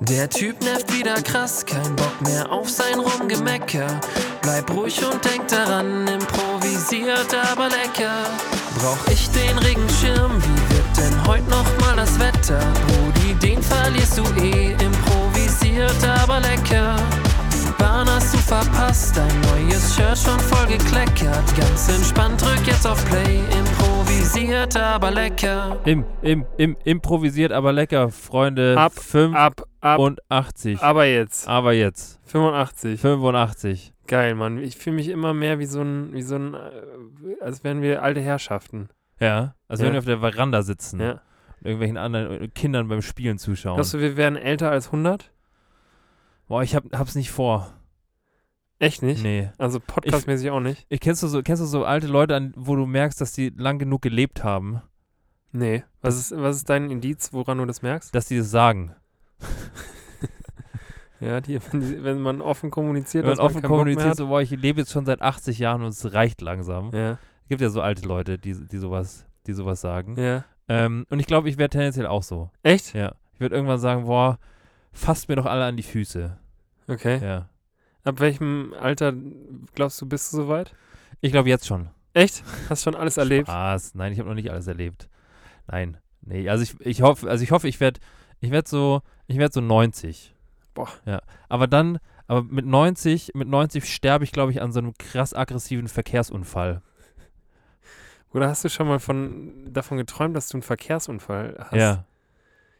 Der Typ nervt wieder krass, kein Bock mehr auf sein Rumgemecker. Bleib ruhig und denk daran, improvisiert aber lecker. Brauch ich den Regenschirm, wie wird denn heute nochmal das Wetter? Brudi, den verlierst du eh, improvisiert aber lecker. Die Bahn hast du verpasst, dein neues Shirt schon voll gekleckert. Ganz entspannt, drück jetzt auf Play, improvisiert aber lecker. Im, im, im, improvisiert, aber lecker, Freunde. Ab, fünf Ab, ab, und 80. aber jetzt. Aber jetzt. 85. 85. Geil, Mann. Ich fühle mich immer mehr wie so ein, wie so ein, äh, als wären wir alte Herrschaften. Oh. Ja. Als Ja. wenn wir auf der Veranda sitzen. Ja. Und irgendwelchen anderen äh, Kindern beim Spielen zuschauen. Glaubst du, wir wären älter als 100? Boah, ich hab, hab's nicht vor. Echt nicht? Nee. Also podcastmäßig auch nicht? Ich, kennst, du so, kennst du so alte Leute, an, wo du merkst, dass die lang genug gelebt haben, Nee. Was ist, was ist dein Indiz, woran du das merkst? dass die das sagen? Ja, die, wenn, die, wenn man offen kommuniziert, Wenn man dass man offen keinen Bock mehr kommuniziert, so, boah, ich lebe jetzt schon seit 80 Jahren und es reicht langsam. hat. Ja, Es gibt ja so alte Leute, die, die, sowas, die sowas sagen. ja. Ähm, und ich glaube, ich wäre tendenziell auch so. Echt? Ja. Ich würde irgendwann sagen, boah, fasst mir doch alle an die Füße. Okay. Ja. Ab welchem Alter glaubst du, bist du soweit? Ich glaube jetzt schon. Echt? Hast schon alles erlebt? Spaß. Nein, ich habe noch nicht alles erlebt. Nein. Nee, also ich, ich hoffe, also ich hoffe, ich werde ich werd so, ich werde so 90. Boah. Ja. Aber dann, aber mit 90, mit 90 sterbe ich, glaube ich, an so einem krass aggressiven Verkehrsunfall. Oder hast du schon mal von, davon geträumt, dass du einen Verkehrsunfall hast? Ja.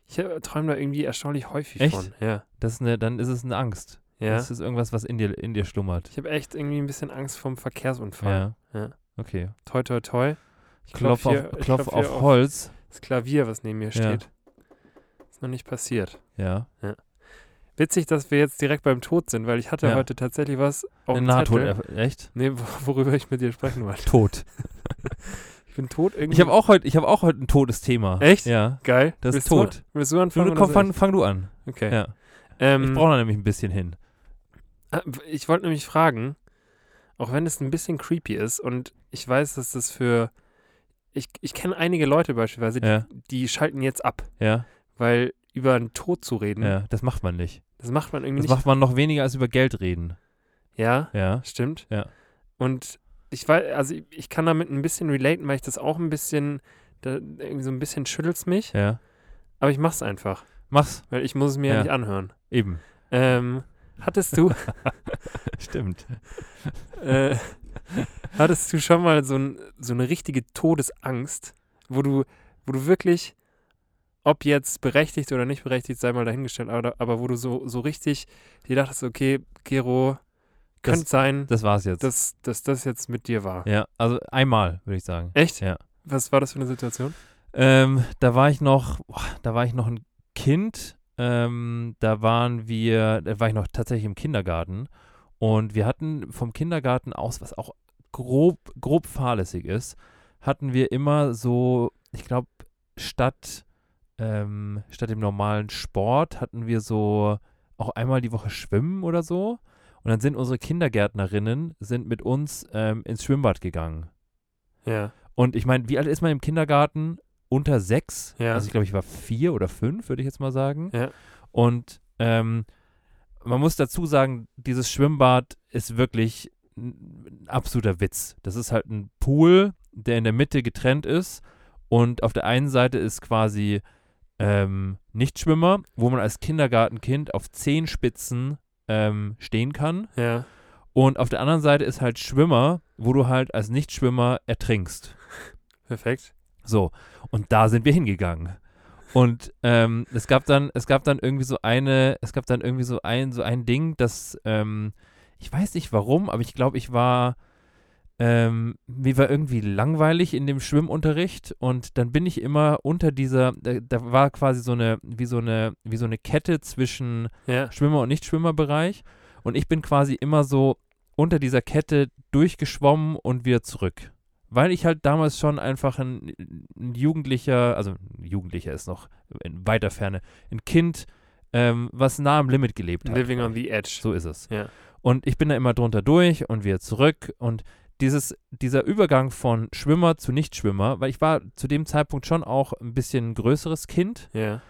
Ich äh, träume da irgendwie erstaunlich häufig Echt? von. Ja. Das ist eine, dann ist es eine Angst. Ja. Das ist irgendwas, was in dir, in dir schlummert. Ich habe echt irgendwie ein bisschen Angst vorm Verkehrsunfall. Ja. Ja. Okay. Toi, toi, toi. Ich klopf klopfe auf, hier- klopf ich klopf hier auf auf- Holz. Das Klavier, was neben mir Ja. steht. Ist noch nicht passiert. Ja. Witzig, dass wir jetzt direkt beim Tod sind, weil ich hatte Ja. heute tatsächlich was auf Eine dem Zettel. Nahtod. äh, Echt? Nee, wo- worüber ich mit dir sprechen wollte. Tod. Ich bin tot irgendwie. Ich habe auch heute, ich habe auch heute ein totes Thema. Echt? Ja. Geil. Das Willst ist tot. Du, willst du anfangen? Du, oder komm, soll fang, fang du an. ich? Okay. Ja. Ich Ähm, brauche da nämlich ein bisschen hin. Ah, w- Ich wollte nämlich fragen, auch wenn es ein bisschen creepy ist und ich weiß, dass das für. Ich, ich kenne einige Leute beispielsweise, die, Ja, die schalten jetzt ab, ja, weil über den Tod zu reden, ja. Das macht man nicht. das macht man irgendwie Das Mhm. nicht. macht man noch weniger als über Geld reden. ja, Ja, stimmt. Ja. Und ich weiß, also ich, ich kann damit ein bisschen relaten, weil ich das auch ein bisschen, da, irgendwie so ein bisschen schüttelt's mich, ja. aber ich mach's einfach, Mach's. weil ich muss es mir ja. Ja. nicht anhören. Eben. Ähm, hattest du, Stimmt. äh, hattest du schon mal so, ein, so eine richtige Todesangst, wo du, wo du wirklich, ob jetzt berechtigt oder nicht berechtigt, sei mal dahingestellt, aber, aber wo du so, so richtig dir dachtest, okay, Gero, Das- könnte sein, Das war's jetzt. dass, dass das jetzt mit dir war. ja, also einmal, würde ich sagen. Echt? Ja. Was war das für eine Situation? Ähm, da war ich noch, boah, da war ich noch ein Kind. Ähm, da waren wir, da war ich noch tatsächlich im Kindergarten und wir hatten vom Kindergarten aus, was auch grob, grob fahrlässig ist, hatten wir immer so, ich glaube, statt, ähm, statt dem normalen Sport hatten wir so auch einmal die Woche Schwimmen oder so. Und dann sind unsere Kindergärtnerinnen sind mit uns ähm, ins Schwimmbad gegangen. Ja. Und ich meine, wie alt ist man im Kindergarten? Unter sechs. Ja. Also ich glaube, ich war vier oder fünf, würde ich jetzt mal sagen. Ja. Und ähm, man muss dazu sagen, dieses Schwimmbad ist wirklich ein ein absoluter Witz. Das ist halt ein Pool, der in der Mitte getrennt ist. Und auf der einen Seite ist quasi ähm, Nichtschwimmer, wo man als Kindergartenkind auf zehn Spitzen ähm, stehen kann. Ja. Und auf der anderen Seite ist halt Schwimmer, wo du halt als Nichtschwimmer ertrinkst. Perfekt. So, und da sind wir hingegangen. Und ähm, es gab dann, es gab dann irgendwie so eine, es gab dann irgendwie so ein, so ein Ding, das, ähm, ich weiß nicht warum, aber ich glaube, ich war, ähm, mir war irgendwie langweilig in dem Schwimmunterricht und dann bin ich immer unter dieser, da, da war quasi so eine, wie so eine, wie so eine Kette zwischen Ja. Schwimmer- und Nichtschwimmerbereich und ich bin quasi immer so unter dieser Kette durchgeschwommen und wieder zurück. Weil ich halt damals schon einfach ein, ein Jugendlicher, also ein Jugendlicher ist noch in weiter Ferne, ein Kind, ähm, was nah am Limit gelebt hat. Living on the Edge. So ist es. Ja. Und ich bin da immer drunter durch und wieder zurück. Und dieses, dieser Übergang von Schwimmer zu Nichtschwimmer, weil ich war zu dem Zeitpunkt schon auch ein bisschen ein größeres Kind, Ja.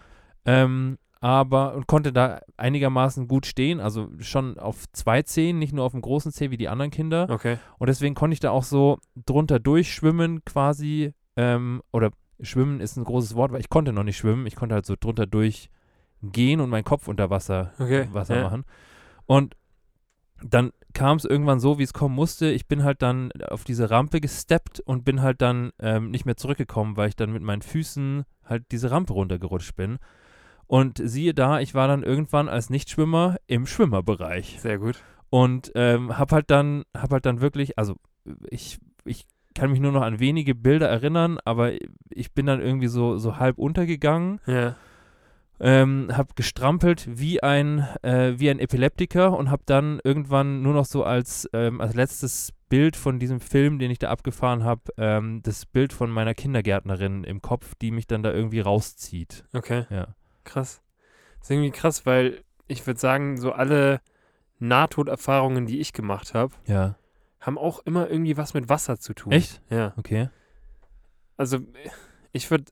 ähm, aber und konnte da einigermaßen gut stehen, also schon auf zwei Zehen, nicht nur auf dem großen Zeh wie die anderen Kinder. Okay. Und deswegen konnte ich da auch so drunter durchschwimmen quasi. Ähm, oder schwimmen ist ein großes Wort, weil ich konnte noch nicht schwimmen. Ich konnte halt so drunter durchgehen und meinen Kopf unter Wasser, äh, Okay, Wasser ja. machen. Und dann kam es irgendwann so, wie es kommen musste. Ich bin halt dann auf diese Rampe gesteppt und bin halt dann ähm, nicht mehr zurückgekommen, weil ich dann mit meinen Füßen halt diese Rampe runtergerutscht bin. Und siehe da, ich war dann irgendwann als Nichtschwimmer im Schwimmerbereich Sehr gut. und ähm, hab halt dann hab halt dann wirklich also ich ich kann mich nur noch an wenige Bilder erinnern aber ich bin dann irgendwie so so halb untergegangen Ja. ähm, hab gestrampelt wie ein äh, wie ein Epileptiker und hab dann irgendwann nur noch so als ähm, als letztes Bild von diesem Film den ich da abgefahren habe ähm, das Bild von meiner Kindergärtnerin im Kopf die mich dann da irgendwie rauszieht Okay. ja Krass. Das ist irgendwie krass, weil ich würde sagen, so alle Nahtoderfahrungen, die ich gemacht habe, ja haben auch immer irgendwie was mit Wasser zu tun. echt Ja. okay Also ich würde,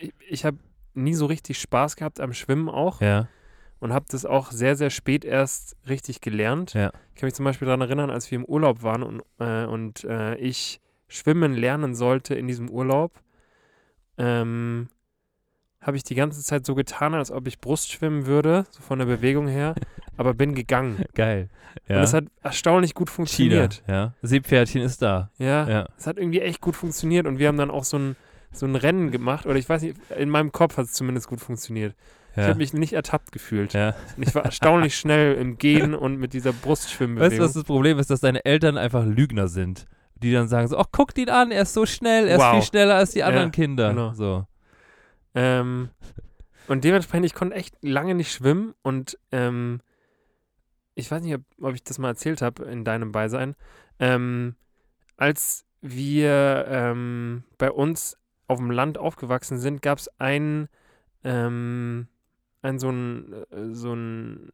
ich, ich habe nie so richtig Spaß gehabt am Schwimmen auch ja und habe das auch sehr, sehr spät erst richtig gelernt. Ja. Ich kann mich zum Beispiel daran erinnern, als wir im Urlaub waren und, äh, und äh, ich schwimmen lernen sollte in diesem Urlaub, ähm, habe ich die ganze Zeit so getan, als ob ich Brust schwimmen würde, so von der Bewegung her, aber bin gegangen. geil Und ja es hat erstaunlich gut Cheater, funktioniert. ja Seepferdchen ist da Ja. ja Es hat irgendwie echt gut funktioniert und wir haben dann auch so ein, so ein Rennen gemacht. Oder ich weiß nicht, in meinem Kopf hat es zumindest gut funktioniert. ja. Ich habe mich nicht ertappt gefühlt. Ja. Und ich war erstaunlich schnell im Gehen und mit dieser Brustschwimmbewegung. Weißt du, was das Problem ist? Dass deine Eltern einfach Lügner sind. Die dann sagen so, ach, guck ihn an, er ist so schnell, er ist Wow. viel schneller als die anderen Ja, Kinder. genau. So. ähm, und dementsprechend, ich konnte echt lange nicht schwimmen und ähm, ich weiß nicht, ob, ob ich das mal erzählt habe in deinem Beisein. Ähm, als wir ähm, bei uns auf dem Land aufgewachsen sind, gab es einen, ähm, einen so ein äh, so ein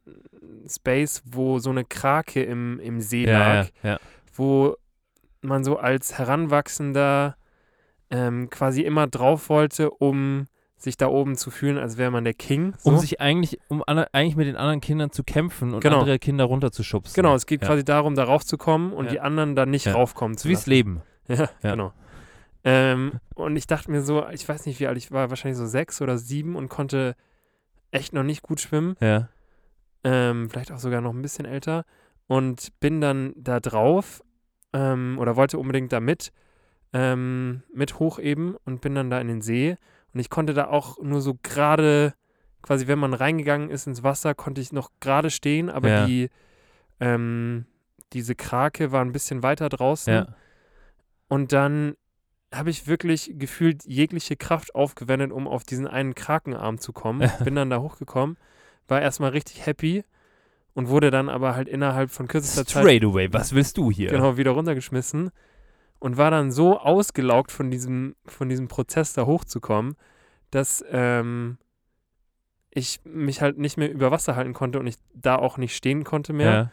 Space, wo so eine Krake im, im See lag, Ja, ja, ja. wo man so als Heranwachsender ähm, quasi immer drauf wollte, um sich da oben zu fühlen, als wäre man der King. So. Um sich eigentlich, um ander- eigentlich mit den anderen Kindern zu kämpfen und Genau. andere Kinder runterzuschubsen. genau, es geht ja. quasi darum, da raufzukommen und Ja. die anderen da nicht Ja. raufkommen So zu wie das Leben. Ja, Ja. genau. Ähm, und ich dachte mir so, ich weiß nicht wie alt ich war, wahrscheinlich so sechs oder sieben und konnte echt noch nicht gut schwimmen, Ja. ähm, vielleicht auch sogar noch ein bisschen älter und bin dann da drauf ähm, oder wollte unbedingt da mit, ähm, mit hoch eben und bin dann da in den See und ich konnte da auch nur so gerade, quasi wenn man reingegangen ist ins Wasser, konnte ich noch gerade stehen, aber Ja. die, ähm, diese Krake war ein bisschen weiter draußen ja. und dann habe ich wirklich gefühlt jegliche Kraft aufgewendet, um auf diesen einen Krakenarm zu kommen. Bin dann da hochgekommen, war erstmal richtig happy und wurde dann aber halt innerhalb von kürzester Zeit Straight away, was willst du hier? genau wieder runtergeschmissen und war dann so ausgelaugt von diesem, von diesem Prozess da hochzukommen, dass ähm, ich mich halt nicht mehr über Wasser halten konnte und ich da auch nicht stehen konnte mehr. Ja.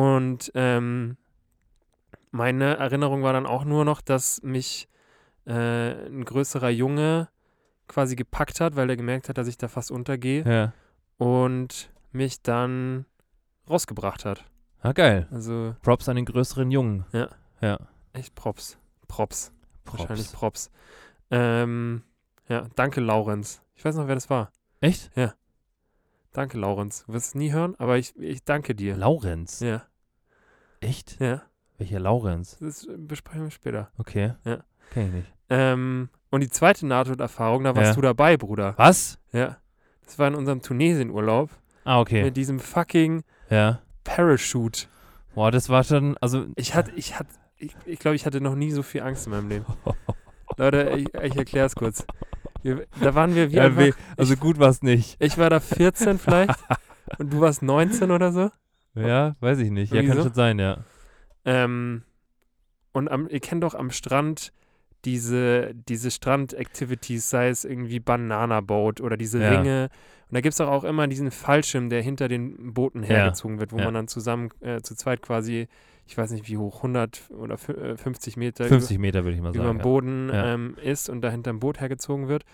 Und ähm, meine Erinnerung war dann auch nur noch, dass mich äh, ein größerer Junge quasi gepackt hat, weil er gemerkt hat, dass ich da fast untergehe ja. und mich dann rausgebracht hat. Ah, geil. Also Props an den größeren Jungen. Ja. Ja. echt Props. Props. Wahrscheinlich Props. Props. Ähm, ja, danke, Laurenz. Ich weiß noch, wer das war. Echt? Danke, Laurenz. Du wirst es nie hören, aber ich, ich danke dir. Laurenz. ja, Echt? ja. Welcher Laurenz? Das besprechen wir später. Okay. Ja. Kenn ich nicht. Ähm, und die zweite Nahtoderfahrung, da warst Ja. du dabei, Bruder. Was? Ja. Das war in unserem Tunesien-Urlaub Ah, okay. mit diesem fucking Ja. Parachute. Boah, das war schon, also Ich hatte, ich hatte, ich, ich glaube, ich hatte noch nie so viel Angst in meinem Leben. Leute, ich, ich erkläre es kurz. Wir, da waren wir wie Ja, weh. einfach, Also gut war es nicht. ich war da 14 vielleicht und du warst 19 oder so. Ja, weiß ich nicht. Ja, Irgendwie kann so. schon sein, ja. Ähm, und am, ihr kennt doch am Strand diese, diese Strand-Activities, sei es irgendwie Bananaboat oder diese Ja. Ringe. Und da gibt es doch auch immer diesen Fallschirm, der hinter den Booten hergezogen wird, wo Ja. man dann zusammen, äh, zu zweit quasi, ich weiß nicht wie hoch, 100 oder fü- äh, 50 Meter 50 Meter würde ich mal über, über dem sagen. Boden Ja. ähm, ist und da hinterm Boot hergezogen wird.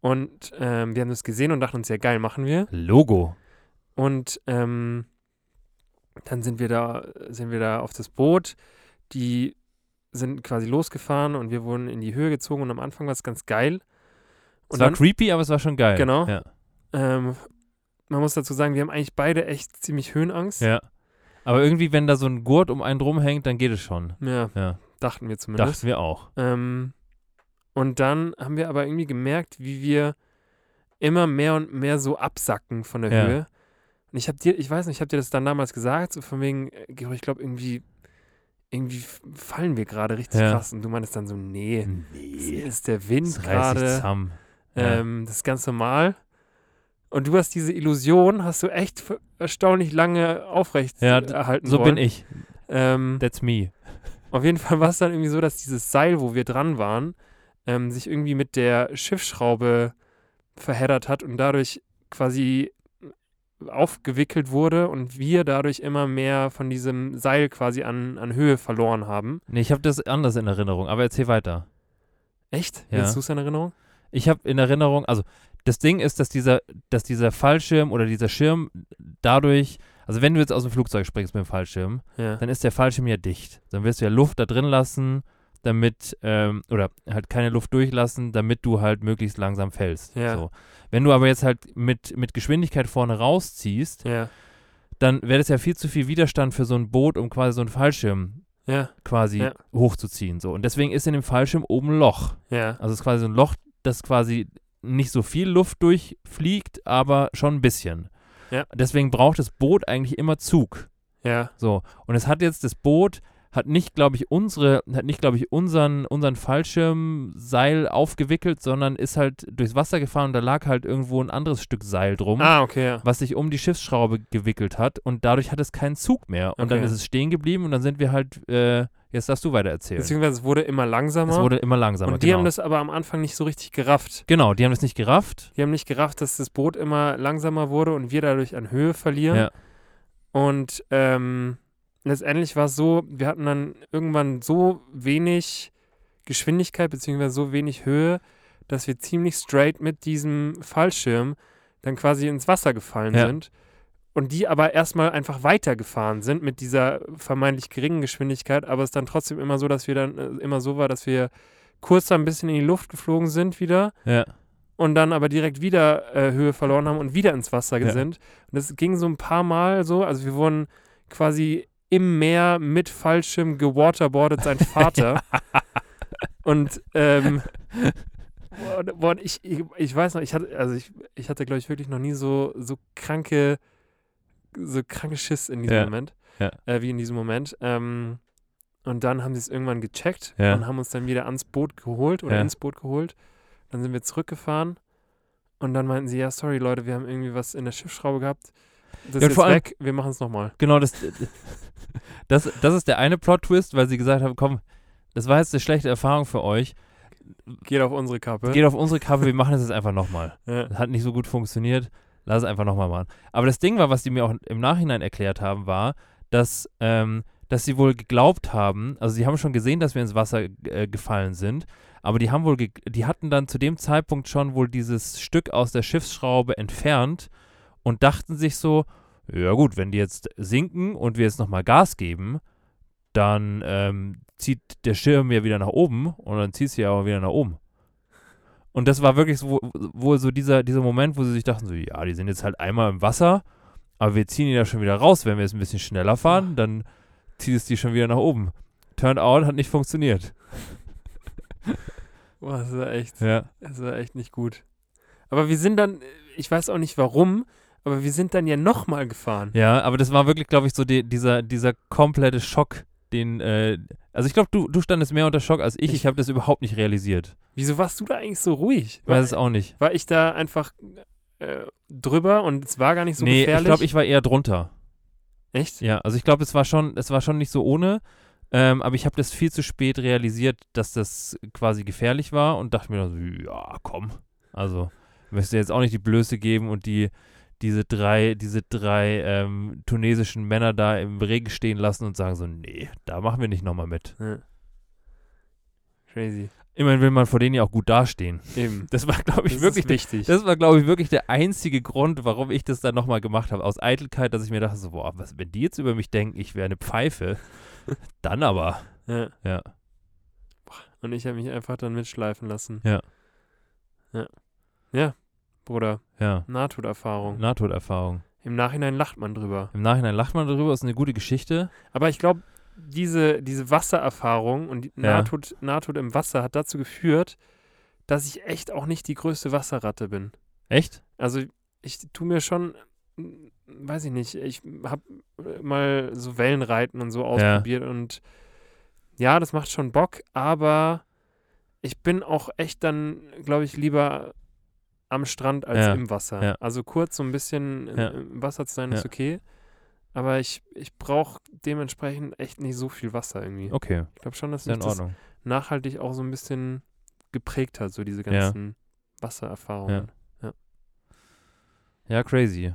Und ähm, wir haben das gesehen und dachten uns, ja geil, machen wir. Logo. Und ähm, dann sind wir da, sind wir da auf das Boot. Die sind quasi losgefahren und wir wurden in die Höhe gezogen und am Anfang war es ganz geil. Es Und war dann, creepy, aber es war schon geil. Genau. Ja. ähm, man muss dazu sagen, wir haben eigentlich beide echt ziemlich Höhenangst. ja. Aber irgendwie, wenn da so ein Gurt um einen drum hängt, dann geht es schon. Ja, Ja. dachten wir zumindest. Dachten wir auch. Ähm, und dann haben wir aber irgendwie gemerkt, wie wir immer mehr und mehr so absacken von der Ja. Höhe. Und ich habe dir, ich weiß nicht, ich habe dir das dann damals gesagt, so von wegen, äh, Gero, ich glaube irgendwie, irgendwie f- fallen wir gerade richtig Ja. krass. Und du meintest dann so, nee, Hm, es Nee. ist der Wind Das reißt sich gerade, zusammen. Ja. ähm, das ist ganz normal. Und du hast diese Illusion, hast du echt f- erstaunlich lange aufrecht Ja, d- erhalten So wollen. bin ich. Ähm, That's me. auf jeden Fall war es dann irgendwie so, dass dieses Seil, wo wir dran waren, ähm, sich irgendwie mit der Schiffsschraube verheddert hat und dadurch quasi äh, aufgewickelt wurde und wir dadurch immer mehr von diesem Seil quasi an, an Höhe verloren haben. Nee, ich habe das anders in Erinnerung, aber erzähl weiter. Echt? Ja. Willst du es in Erinnerung? Ich habe in Erinnerung, also das Ding ist, dass dieser, dass dieser Fallschirm oder dieser Schirm dadurch, also wenn du jetzt aus dem Flugzeug springst mit dem Fallschirm, Ja. dann ist der Fallschirm ja dicht. Dann wirst du ja Luft da drin lassen, damit, ähm, oder halt keine Luft durchlassen, damit du halt möglichst langsam fällst. Ja. So. Wenn du aber jetzt halt mit, mit Geschwindigkeit vorne rausziehst, Ja. dann wäre das ja viel zu viel Widerstand für so ein Boot, um quasi so einen Fallschirm Ja. quasi Ja. hochzuziehen. So. Und deswegen ist in dem Fallschirm oben ein Loch. Ja. Also es ist quasi so ein Loch, das quasi nicht so viel Luft durchfliegt, aber schon ein bisschen. Ja. Deswegen braucht das Boot eigentlich immer Zug. Ja. So. Und es hat jetzt das Boot hat nicht, glaube ich, unsere, hat nicht, glaube ich, unseren, unseren Fallschirmseil aufgewickelt, sondern ist halt durchs Wasser gefahren und da lag halt irgendwo ein anderes Stück Seil drum, Ah, okay, ja. was sich um die Schiffsschraube gewickelt hat und dadurch hat es keinen Zug mehr. Und dann Okay. ist es stehen geblieben und dann sind wir halt, äh, jetzt darfst du weiter erzählen. Es Beziehungsweise es wurde immer langsamer. wurde immer langsamer. und die genau. haben das aber am Anfang nicht so richtig gerafft. Genau, die haben das nicht gerafft. Die haben nicht gerafft, dass das Boot immer langsamer wurde und wir dadurch an Höhe verlieren. Ja. Und ähm, letztendlich war es so, wir hatten dann irgendwann so wenig Geschwindigkeit beziehungsweise so wenig Höhe, dass wir ziemlich straight mit diesem Fallschirm dann quasi ins Wasser gefallen Ja. sind. Und die aber erstmal einfach weitergefahren sind mit dieser vermeintlich geringen Geschwindigkeit, aber es dann trotzdem immer so, dass wir dann äh, immer so war, dass wir kurz da ein bisschen in die Luft geflogen sind wieder Ja. und dann aber direkt wieder äh, Höhe verloren haben und wieder ins Wasser Ja. sind. Und das ging so ein paar Mal so. Also wir wurden quasi im Meer mit Fallschirm gewaterboardet, sein Vater. und ähm, boah, boah, ich, ich, ich weiß noch, ich hatte, also ich, ich hatte, glaube ich, wirklich noch nie so, so kranke, so kranke Schiss in diesem Ja. Moment. Ja. Äh, wie in diesem Moment. Ähm, und dann haben sie es irgendwann gecheckt Ja. und haben uns dann wieder ans Boot geholt oder Ja. ins Boot geholt. Dann sind wir zurückgefahren und dann meinten sie, ja, sorry Leute, wir haben irgendwie was in der Schiffsschraube gehabt. Das Ja, und ist vor jetzt allem- weg, wir machen es nochmal. Genau, das, das, das ist der eine Plot-Twist, weil sie gesagt haben, komm, das war jetzt eine schlechte Erfahrung für euch. Geht auf unsere Kappe. Geht auf unsere Kappe, wir machen das jetzt einfach nochmal. ja. Das hat nicht so gut funktioniert, lass es einfach nochmal machen. Aber das Ding war, was die mir auch im Nachhinein erklärt haben, war, dass, ähm, dass sie wohl geglaubt haben, also sie haben schon gesehen, dass wir ins Wasser äh, gefallen sind, aber die haben wohl, ge- die hatten dann zu dem Zeitpunkt schon wohl dieses Stück aus der Schiffsschraube entfernt und dachten sich so, ja gut, wenn die jetzt sinken und wir jetzt nochmal Gas geben, dann ähm, zieht der Schirm ja wieder nach oben und dann zieht sie ja auch wieder nach oben. Und das war wirklich so, wohl so dieser, dieser Moment, wo sie sich dachten, so, ja, die sind jetzt halt einmal im Wasser, aber wir ziehen die da schon wieder raus. Wenn wir jetzt ein bisschen schneller Ah. fahren, dann zieht es die schon wieder nach oben. Turned out hat nicht funktioniert. Boah, das war echt, Ja. das war echt nicht gut. Aber wir sind dann, ich weiß auch nicht warum, aber wir sind dann ja nochmal gefahren. Ja, aber das war wirklich, glaube ich, so die, dieser, dieser komplette Schock, den, äh, also ich glaube, du, du standest mehr unter Schock als ich. Ich habe das überhaupt nicht realisiert. Wieso warst du da eigentlich so ruhig? Ich weiß es auch nicht. War ich da einfach äh, drüber und es war gar nicht so nee, gefährlich? ich glaube, ich war eher drunter. Echt? Ja, also ich glaube, es war schon, es war schon nicht so ohne. Ähm, aber ich habe das viel zu spät realisiert, dass das quasi gefährlich war und dachte mir dann so, ja, komm. Also, möchte jetzt auch nicht die Blöße geben und die diese drei, diese drei ähm, tunesischen Männer da im Regen stehen lassen und sagen so, nee, da machen wir nicht nochmal mit. Ja. Crazy. Immerhin will man vor denen ja auch gut dastehen. Eben. Das war, glaube ich, Das wirklich ist wichtig. Das war, glaube ich, wirklich der einzige Grund, warum ich das dann nochmal gemacht habe. Aus Eitelkeit, dass ich mir dachte, so, boah, was, wenn die jetzt über mich denken, ich wäre eine Pfeife, dann aber. ja. Ja. Und ich habe mich einfach dann mitschleifen lassen. Ja. Ja. Ja, Bruder, Ja. Nahtoderfahrung. Nahtoderfahrung. Im Nachhinein lacht man drüber. Im Nachhinein lacht man darüber, ist eine gute Geschichte. Aber ich glaube, diese, diese Wassererfahrung und die Ja. Nahtod, Nahtod im Wasser hat dazu geführt, dass ich echt auch nicht die größte Wasserratte bin. Echt? Also ich tue mir schon, m, weiß ich nicht, ich habe mal so Wellenreiten und so ausprobiert und ja, das macht schon Bock, aber ich bin auch echt dann, glaube ich, lieber am Strand als Ja, im Wasser. ja. Also kurz so ein bisschen im- Ja. im Wasser zu sein ist Ja. okay, aber ich, ich brauche dementsprechend echt nicht so viel Wasser irgendwie. Okay, Ich glaube schon, dass Oh. ist ja mich in das Ordnung. nachhaltig auch so ein bisschen geprägt hat, so diese Ja. ganzen Wassererfahrungen. Ja, crazy.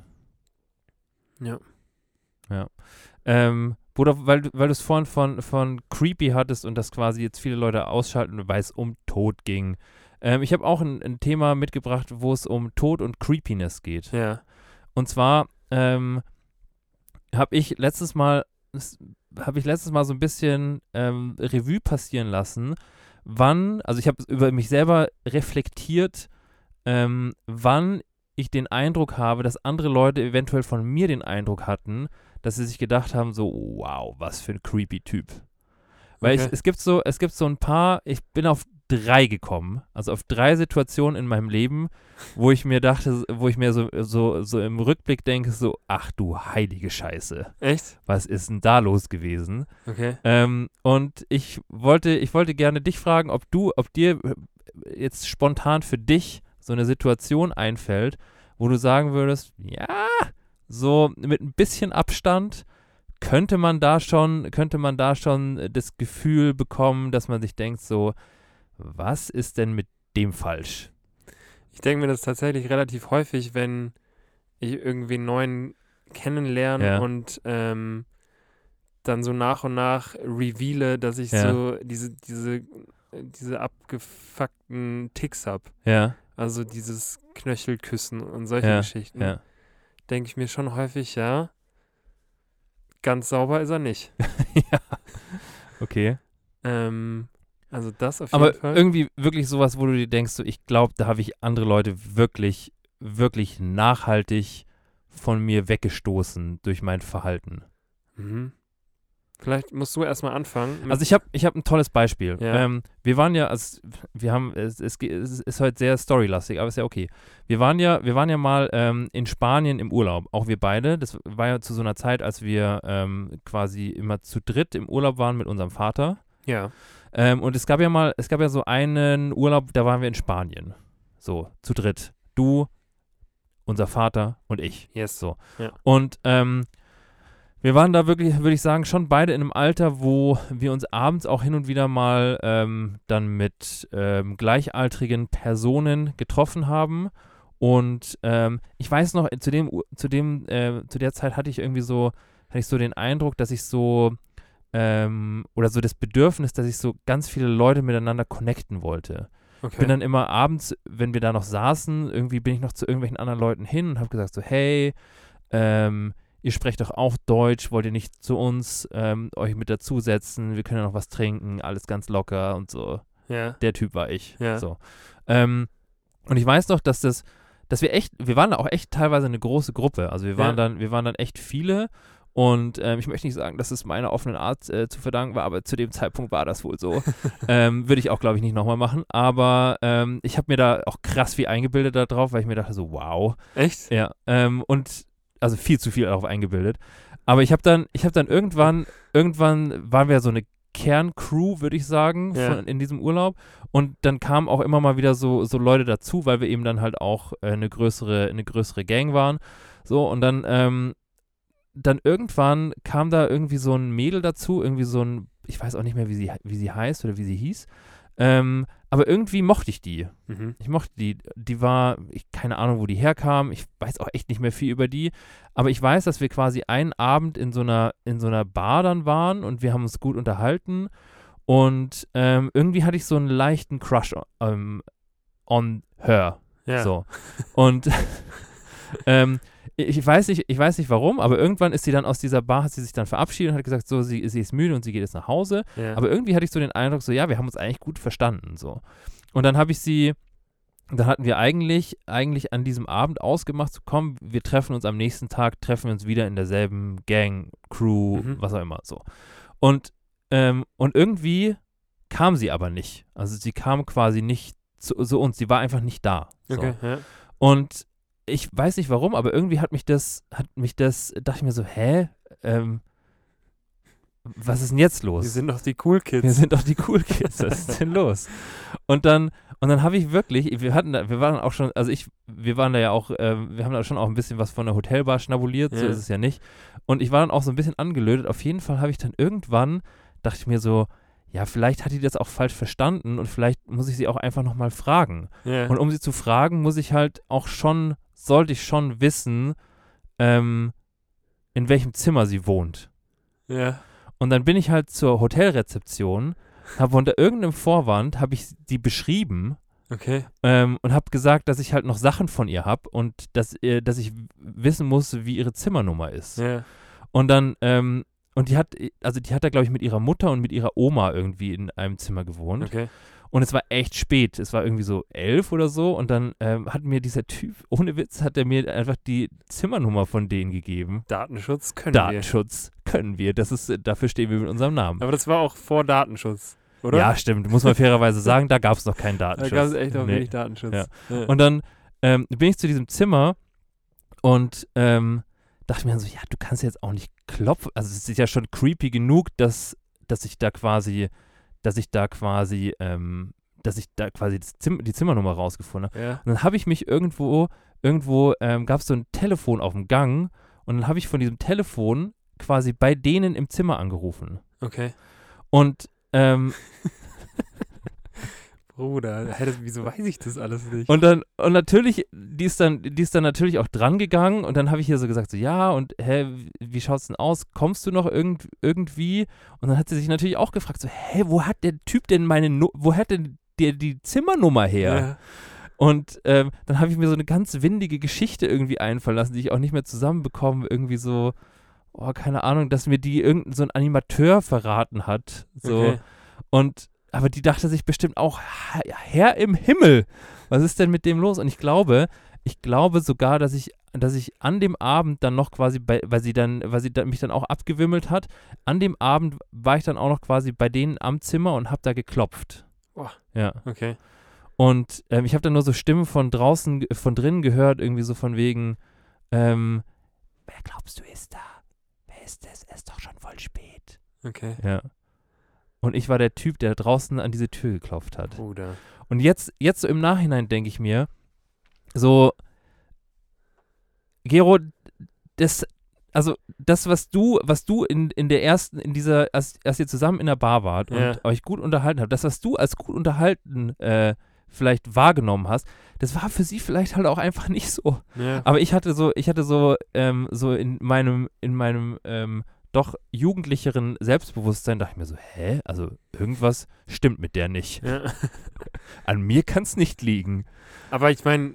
Ja. Ja. Ähm, Bruder, weil, du- weil du es vorhin von, von creepy hattest und das quasi jetzt viele Leute ausschalten, weil es um Tod ging. Ähm, ich habe auch ein, ein Thema mitgebracht, wo es um Tod und Creepiness geht. ja. Und zwar ähm, habe ich letztes Mal habe ich letztes Mal so ein bisschen ähm, Revue passieren lassen, wann, also ich habe über mich selber reflektiert, ähm, wann ich den Eindruck habe, dass andere Leute eventuell von mir den Eindruck hatten, dass sie sich gedacht haben, so, wow, was für ein creepy Typ. Weil Okay. ich, es gibt so, es gibt so ein paar, ich bin auf drei gekommen, also auf drei Situationen in meinem Leben, wo ich mir dachte, wo ich mir so, so, so im Rückblick denke, so, ach du heilige Scheiße, Echt? was ist denn da los gewesen? Okay. Ähm, und ich wollte, ich wollte gerne dich fragen, ob du, ob dir äh, jetzt spontan für dich so eine Situation einfällt, wo du sagen würdest, ja, so mit ein bisschen Abstand könnte man da schon, könnte man da schon das Gefühl bekommen, dass man sich denkt, so, was ist denn mit dem falsch? Ich denke mir das tatsächlich relativ häufig, wenn ich irgendwie einen neuen kennenlerne Ja. und ähm, dann so nach und nach reveale, dass ich Ja. so diese, diese, diese abgefuckten Ticks habe. Ja, Also dieses Knöchelküssen und solche Ja, Geschichten. ja. Denke ich mir schon häufig, ja, ganz sauber ist er nicht. Okay. ähm, also das auf jeden Aber Fall. irgendwie wirklich sowas, wo du dir denkst, so, ich glaube, da habe ich andere Leute wirklich, wirklich nachhaltig von mir weggestoßen durch mein Verhalten. mhm. Vielleicht musst du erstmal anfangen. mit- Also ich habe ich hab ein tolles Beispiel. Ja. Ähm, wir waren ja, also wir haben, es, es, ge- es ist heute sehr storylastig, aber ist ja okay. Wir waren ja, wir waren ja mal ähm, in Spanien im Urlaub, auch wir beide. Das war ja zu so einer Zeit, als wir ähm, quasi immer zu dritt im Urlaub waren mit unserem Vater. ja. Ähm, und es gab ja mal, es gab ja so einen Urlaub, da waren wir in Spanien. So, zu dritt. Du, unser Vater und ich. Yes. So. Ja. Und ähm, wir waren da wirklich, würde ich sagen, schon beide in einem Alter, wo wir uns abends auch hin und wieder mal ähm, dann mit ähm, gleichaltrigen Personen getroffen haben. Und ähm, ich weiß noch, zu dem, U- zu dem, äh, zu der Zeit hatte ich irgendwie so, hatte ich so den Eindruck, dass ich so ähm, oder so das Bedürfnis, dass ich so ganz viele Leute miteinander connecten wollte. Ich Okay. bin dann immer abends, wenn wir da noch saßen, irgendwie bin ich noch zu irgendwelchen anderen Leuten hin und habe gesagt so, hey, ähm, ihr sprecht doch auch Deutsch, wollt ihr nicht zu uns ähm, euch mit dazusetzen? Wir können ja noch was trinken, alles ganz locker und so ja. der Typ war ich. Ja. So. Ähm, und ich weiß noch, dass das, dass wir echt, wir waren da auch echt teilweise eine große Gruppe. Also wir waren Ja. dann, wir waren dann echt viele. Und ähm, ich möchte nicht sagen, dass es meiner offenen Art äh, zu verdanken war, aber zu dem Zeitpunkt war das wohl so. ähm, Würde ich auch, glaube ich, nicht nochmal machen. Aber ähm, ich habe mir da auch krass viel eingebildet darauf, weil ich mir dachte so, wow, Echt? ja, ähm, und also viel zu viel darauf eingebildet. Aber ich habe dann, ich habe dann irgendwann, irgendwann waren wir so eine Kerncrew, würde ich sagen, Ja. von, in diesem Urlaub. Und dann kamen auch immer mal wieder so, so Leute dazu, weil wir eben dann halt auch äh, eine größere, eine größere Gang waren. So, und dann, ähm, dann irgendwann kam da irgendwie so ein Mädel dazu, irgendwie so ein, ich weiß auch nicht mehr, wie sie, wie sie heißt oder wie sie hieß. Ähm, aber irgendwie mochte ich die. Mhm. Ich mochte die. Die war, ich keine Ahnung, wo die herkam. Ich weiß auch echt nicht mehr viel über die. Aber ich weiß, dass wir quasi einen Abend in so einer, in so einer Bar dann waren und wir haben uns gut unterhalten. Und ähm, irgendwie hatte ich so einen leichten Crush ähm, on her. Ja. So. Und ähm, ich weiß nicht, ich weiß nicht warum, aber irgendwann ist sie dann aus dieser Bar, hat sie sich dann verabschiedet und hat gesagt, so, sie, sie ist müde und sie geht jetzt nach Hause. Ja. Aber irgendwie hatte ich so den Eindruck, so, ja, wir haben uns eigentlich gut verstanden, so. Und dann habe ich sie, dann hatten wir eigentlich, eigentlich an diesem Abend ausgemacht, so, komm, wir treffen uns am nächsten Tag, treffen wir uns wieder in derselben Gang, Crew, Mhm. was auch immer, so. Und, ähm, und irgendwie kam sie aber nicht. Also sie kam quasi nicht zu, zu uns, sie war einfach nicht da. So. okay, ja. Und ich weiß nicht warum, aber irgendwie hat mich das, hat mich das, dachte ich mir so, hä? Ähm, was ist denn jetzt los? Wir sind doch die Cool Kids. Wir sind doch die Cool Kids, was ist denn los? Und dann, und dann habe ich wirklich, wir hatten da, wir waren auch schon, also ich, wir waren da ja auch, ähm, wir haben da schon auch ein bisschen was von der Hotelbar schnabuliert, so Ja. ist es ja nicht. Und ich war dann auch so ein bisschen angelötet. Auf jeden Fall habe ich dann irgendwann, dachte ich mir so, ja, vielleicht hat die das auch falsch verstanden und vielleicht muss ich sie auch einfach nochmal fragen. ja. Und um sie zu fragen, muss ich halt auch schon, sollte ich schon wissen, ähm, in welchem Zimmer sie wohnt. ja. Und dann bin ich halt zur Hotelrezeption, habe unter irgendeinem Vorwand, habe ich die beschrieben Okay. ähm, und habe gesagt, dass ich halt noch Sachen von ihr habe und dass, äh, dass ich w- wissen muss, wie ihre Zimmernummer ist. Ja. Und dann, ähm, und die hat, also die hat da, glaube ich, mit ihrer Mutter und mit ihrer Oma irgendwie in einem Zimmer gewohnt. Okay. Und es war echt spät. Es war irgendwie so elf oder so. Und dann ähm, hat mir dieser Typ, ohne Witz, hat er mir einfach die Zimmernummer von denen gegeben. Datenschutz können wir. Datenschutz können wir. Das ist, äh, dafür stehen wir mit unserem Namen. Aber das war auch vor Datenschutz, oder? Ja, stimmt. Muss man fairerweise sagen, da gab es noch keinen Da Datenschutz. gab es echt auch Nee. wenig Datenschutz. Ja. Ja. Und dann ähm, bin ich zu diesem Zimmer und ähm, dachte mir dann so, ja, du kannst jetzt auch nicht klopfen. Also es ist ja schon creepy genug, dass, dass ich da quasi, dass ich da quasi, ähm, dass ich da quasi das Zim die Zimmernummer rausgefunden habe. ja. Und dann habe ich mich irgendwo, irgendwo ähm, gab es so ein Telefon auf dem Gang und dann habe ich von diesem Telefon quasi bei denen im Zimmer angerufen. Okay. Und, ähm, Bruder, hä, das, wieso weiß ich das alles nicht? und dann, und natürlich, die ist dann, die ist dann natürlich auch dran gegangen und dann habe ich hier so gesagt, so, ja, und hä, wie schaut's denn aus? Kommst du noch irgend, irgendwie? Und dann hat sie sich natürlich auch gefragt, so, hä, wo hat der Typ denn meine, Nu- wo hat denn der die Zimmernummer her? ja. Und ähm, dann habe ich mir so eine ganz windige Geschichte irgendwie einfallen lassen, die ich auch nicht mehr zusammenbekomme. Irgendwie so, oh, keine Ahnung, dass mir die irgendein so ein Animateur verraten hat. So. Okay. Und aber die dachte sich bestimmt auch, "Ha- Herr im Himmel, was ist denn mit dem los? Und ich glaube, ich glaube sogar, dass ich, dass ich an dem Abend dann noch quasi, bei, weil sie dann, weil sie dann, mich dann auch abgewimmelt hat, an dem Abend war ich dann auch noch quasi bei denen am Zimmer und habe da geklopft. Boah. Ja. Okay. Und ähm, ich habe dann nur so Stimmen von draußen, ge- von drinnen gehört, irgendwie so von wegen, ähm, wer glaubst du ist da? Wer ist es? Es ist doch schon voll spät. Okay. Ja. Und ich war der Typ, der draußen an diese Tür geklopft hat. Bruder. Und jetzt, jetzt so im Nachhinein denke ich mir, so, Gero, das, also das, was du, was du in, in der ersten, in dieser, als, als ihr zusammen in der Bar wart und Ja. euch gut unterhalten habt, das, was du als gut unterhalten äh, vielleicht wahrgenommen hast, das war für sie vielleicht halt auch einfach nicht so. Ja. Aber ich hatte so, ich hatte so, ähm, so in meinem, in meinem ähm, doch jugendlicheren Selbstbewusstsein dachte ich mir so, hä? Also irgendwas stimmt mit der nicht. ja. An mir kann es nicht liegen. Aber ich meine,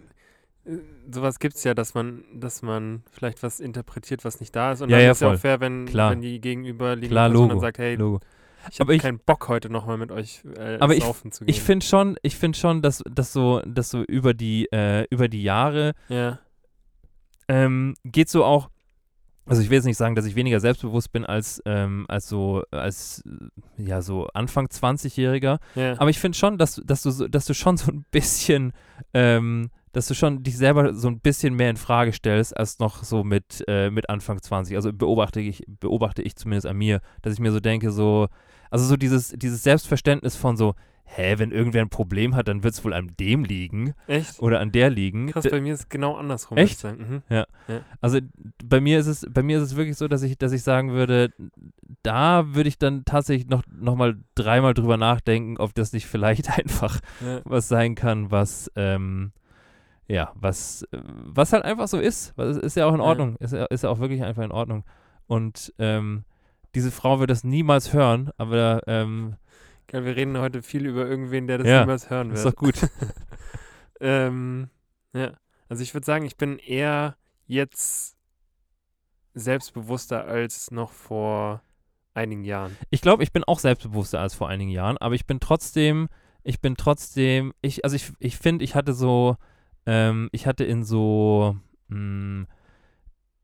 sowas gibt's ja, dass man, dass man vielleicht was interpretiert, was nicht da ist. Und Ja, dann ja, ist ja voll. auch fair, wenn, Klar. wenn die gegenüberliegende Klar, Person dann Logo. sagt, hey, Logo. ich habe Aber ich- keinen Bock heute nochmal mit euch äh, Aber ich- saufen zu gehen. Ich finde schon, ich finde schon, dass, dass so, dass so über die, äh, über die Jahre ja. ähm, geht so auch. Also ich will jetzt nicht sagen, dass ich weniger selbstbewusst bin als, ähm, als so, als äh, ja so Anfang 20-Jähriger. Ja. Aber ich finde schon, dass, dass, du, so- dass du schon so ein bisschen, ähm, dass du schon dich selber so ein bisschen mehr in Frage stellst, als noch so mit, äh, mit Anfang 20. Also beobachte ich, beobachte ich zumindest an mir, dass ich mir so denke, so, also so dieses, dieses Selbstverständnis von so, hä, wenn irgendwer ein Problem hat, dann wird es wohl an dem liegen Echt? oder an der liegen. Krass, D- bei mir ist es genau andersrum. würd ich Echt? sagen. Mhm. Also bei mir ist es, bei mir ist es wirklich so, dass ich, dass ich sagen würde, da würde ich dann tatsächlich noch, noch mal dreimal drüber nachdenken, ob das nicht vielleicht einfach Ja. was sein kann, was, ähm, ja, was, äh, was halt einfach so ist. Was ist, ist ja auch in Ja. Ordnung. Ist, ja- ist ja auch wirklich einfach in Ordnung. Und ähm, diese Frau wird das niemals hören, aber ähm, Gell, wir reden heute viel über irgendwen, der das Ja, niemals hören Ist wird. doch gut. Ähm, ja. Also ich würde sagen, ich bin eher jetzt selbstbewusster als noch vor einigen Jahren. Ich glaube, ich bin auch selbstbewusster als vor einigen Jahren, aber ich bin trotzdem, ich bin trotzdem, ich, also ich, ich finde, ich hatte so, ähm, ich hatte in so, mh,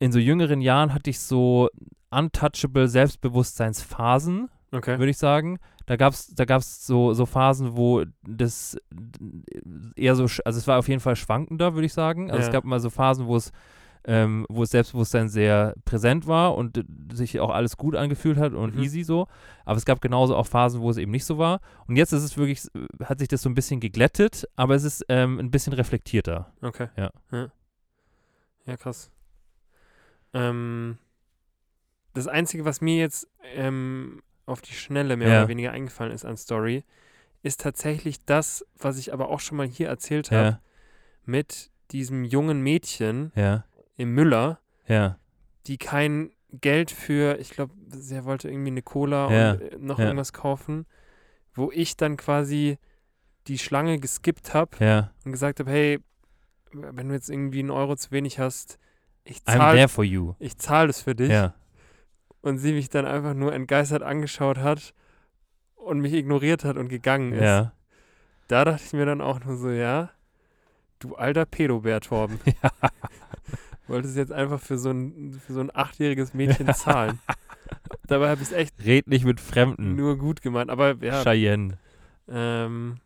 in so jüngeren Jahren hatte ich so untouchable Selbstbewusstseinsphasen, Okay. würde ich sagen. Da gab es da gab's so, so Phasen, wo das äh, eher so, sch- also es war auf jeden Fall schwankender, würde ich sagen. Also es Ja. gab mal so Phasen, wo es ähm, wo das Selbstbewusstsein sehr präsent war und äh, sich auch alles gut angefühlt hat und Mhm. easy so. Aber es gab genauso auch Phasen, wo es eben nicht so war. Und jetzt ist es wirklich, s- äh, hat sich das so ein bisschen geglättet, aber es ist ähm, ein bisschen reflektierter. Okay. Ja. Ja, Ja, krass. Ähm, das Einzige, was mir jetzt ähm, auf die Schnelle mehr Ja. oder weniger eingefallen ist an Story, ist tatsächlich das, was ich aber auch schon mal hier erzählt habe, Ja, mit diesem jungen Mädchen ja, im Müller, ja, die kein Geld für, ich glaube, sie wollte irgendwie eine Cola Ja, und äh, noch ja. irgendwas kaufen, wo ich dann quasi die Schlange geskippt habe ja. und gesagt habe, hey, wenn du jetzt irgendwie einen Euro zu wenig hast, ich I'm zahle there for you. ich zahl das für dich. Ja, Und sie mich dann einfach nur entgeistert angeschaut hat und mich ignoriert hat und gegangen ist. ja. Da dachte ich mir dann auch nur so, ja, du alter Pedobär, Torben. Wolltest jetzt einfach für so ein, für so ein achtjähriges Mädchen zahlen. Dabei habe ich es echt Red nicht mit Fremden. nur gut gemeint. Aber ja, Cheyenne. ähm,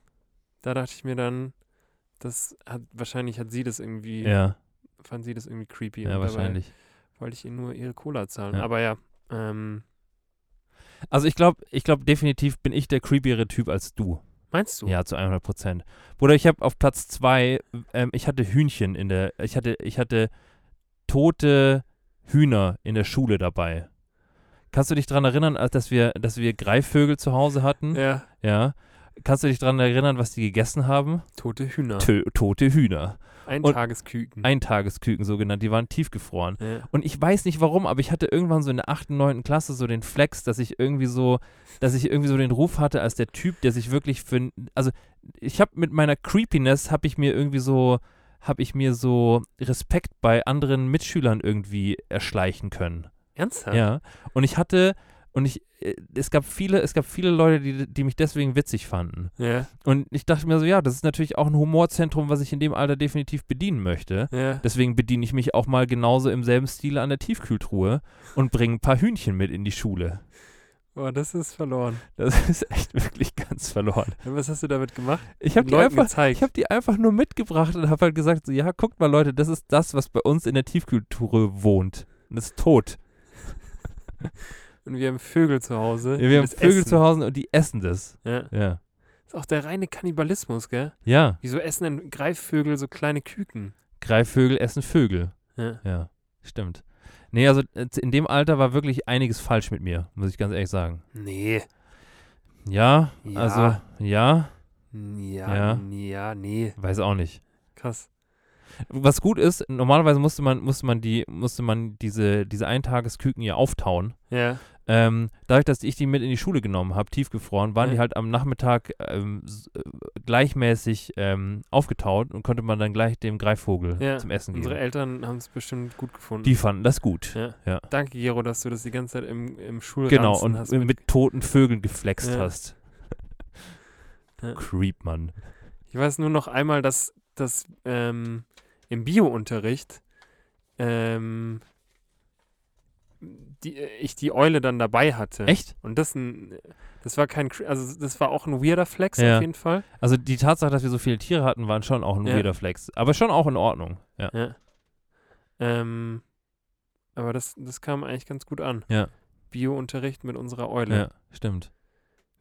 da dachte ich mir dann, das hat, wahrscheinlich hat sie das irgendwie Ja, fand sie das irgendwie creepy. ja, und wahrscheinlich. Dabei wollte ich ihr nur ihre Cola zahlen. Ja. Aber ja, ähm, Also ich glaube, ich glaube definitiv bin ich der creepiere Typ als du. meinst du? Ja, zu 100 Prozent. Bruder, ich habe auf Platz zwei, ähm, ich hatte Hühnchen in der, ich hatte, ich hatte tote Hühner in der Schule dabei. Kannst du dich daran erinnern, als dass wir, dass wir Greifvögel zu Hause hatten? Ja. Ja, Kannst du dich daran erinnern, was die gegessen haben? tote Hühner. Tö tote Hühner. Ein und- Tagesküken. Eintagesküken so genannt, die waren tiefgefroren. ja. Und ich weiß nicht warum, aber ich hatte irgendwann so in der 8., 9. Klasse so den Flex, dass ich irgendwie so, dass ich irgendwie so den Ruf hatte als der Typ, der sich wirklich für, also ich habe mit meiner Creepiness, habe ich mir irgendwie so, habe ich mir so Respekt bei anderen Mitschülern irgendwie erschleichen können. Ernsthaft? Ja. Und ich hatte, und ich, äh, es gab viele, es gab viele Leute, die, die mich deswegen witzig fanden. Ja, Und ich dachte mir so, ja, das ist natürlich auch ein Humorzentrum, was ich in dem Alter definitiv bedienen möchte. ja. Deswegen bediene ich mich auch mal genauso im selben Stil an der Tiefkühltruhe und bringe ein paar Hühnchen mit in die Schule. Boah, das ist verloren. Das ist echt wirklich ganz verloren. Ja, Was hast du damit gemacht? Ich habe Den die, Leuten einfach- gezeigt. ich hab die einfach nur mitgebracht und habe halt gesagt, so, ja, guckt mal Leute, das ist das, was bei uns in der Tiefkühltruhe wohnt. Und das ist tot. Und wir haben Vögel zu Hause. Ja, Wir haben Das Vögel Essen. zu Hause und die essen das. Ja. Ja. Ist auch der reine Kannibalismus, gell? Ja, Wieso essen denn Greifvögel so kleine Küken? Greifvögel essen Vögel. Ja. Ja, stimmt. Nee, also äh, in dem Alter war wirklich einiges falsch mit mir, muss ich ganz ehrlich sagen. Nee. Ja, Ja. also, ja, Ja. Ja, ja, nee. weiß auch nicht. Krass. Was gut ist, normalerweise musste man, musste man die, musste man diese, diese Eintagesküken hier auftauen. Ja, Ähm, dadurch, dass ich die mit in die Schule genommen habe, tiefgefroren, waren Ja. die halt am Nachmittag ähm, s- äh, gleichmäßig ähm, aufgetaut und konnte man dann gleich dem Greifvogel Ja, zum Essen unsere geben. Eltern haben es bestimmt gut gefunden. Die fanden das gut. Ja. Ja. Danke, Gero, dass du das die ganze Zeit im, im Schulranzen Genau, und hast. mit, toten Vögeln geflext Ja. hast. Ja. Creep, Mann. Ich weiß nur noch einmal, dass, dass ähm, im Bio-Unterricht ähm, die, äh, ich die Eule dann dabei hatte. Echt? Und das, ein, das war kein, cre- also das war auch ein weirder Flex Ja. auf jeden Fall. Also die Tatsache, dass wir so viele Tiere hatten, waren schon auch ein Ja. weirder Flex. Aber schon auch in Ordnung. Ja. Ja. Ähm, aber das, das kam eigentlich ganz gut an. Ja. Bio-Unterricht mit unserer Eule. Ja, stimmt.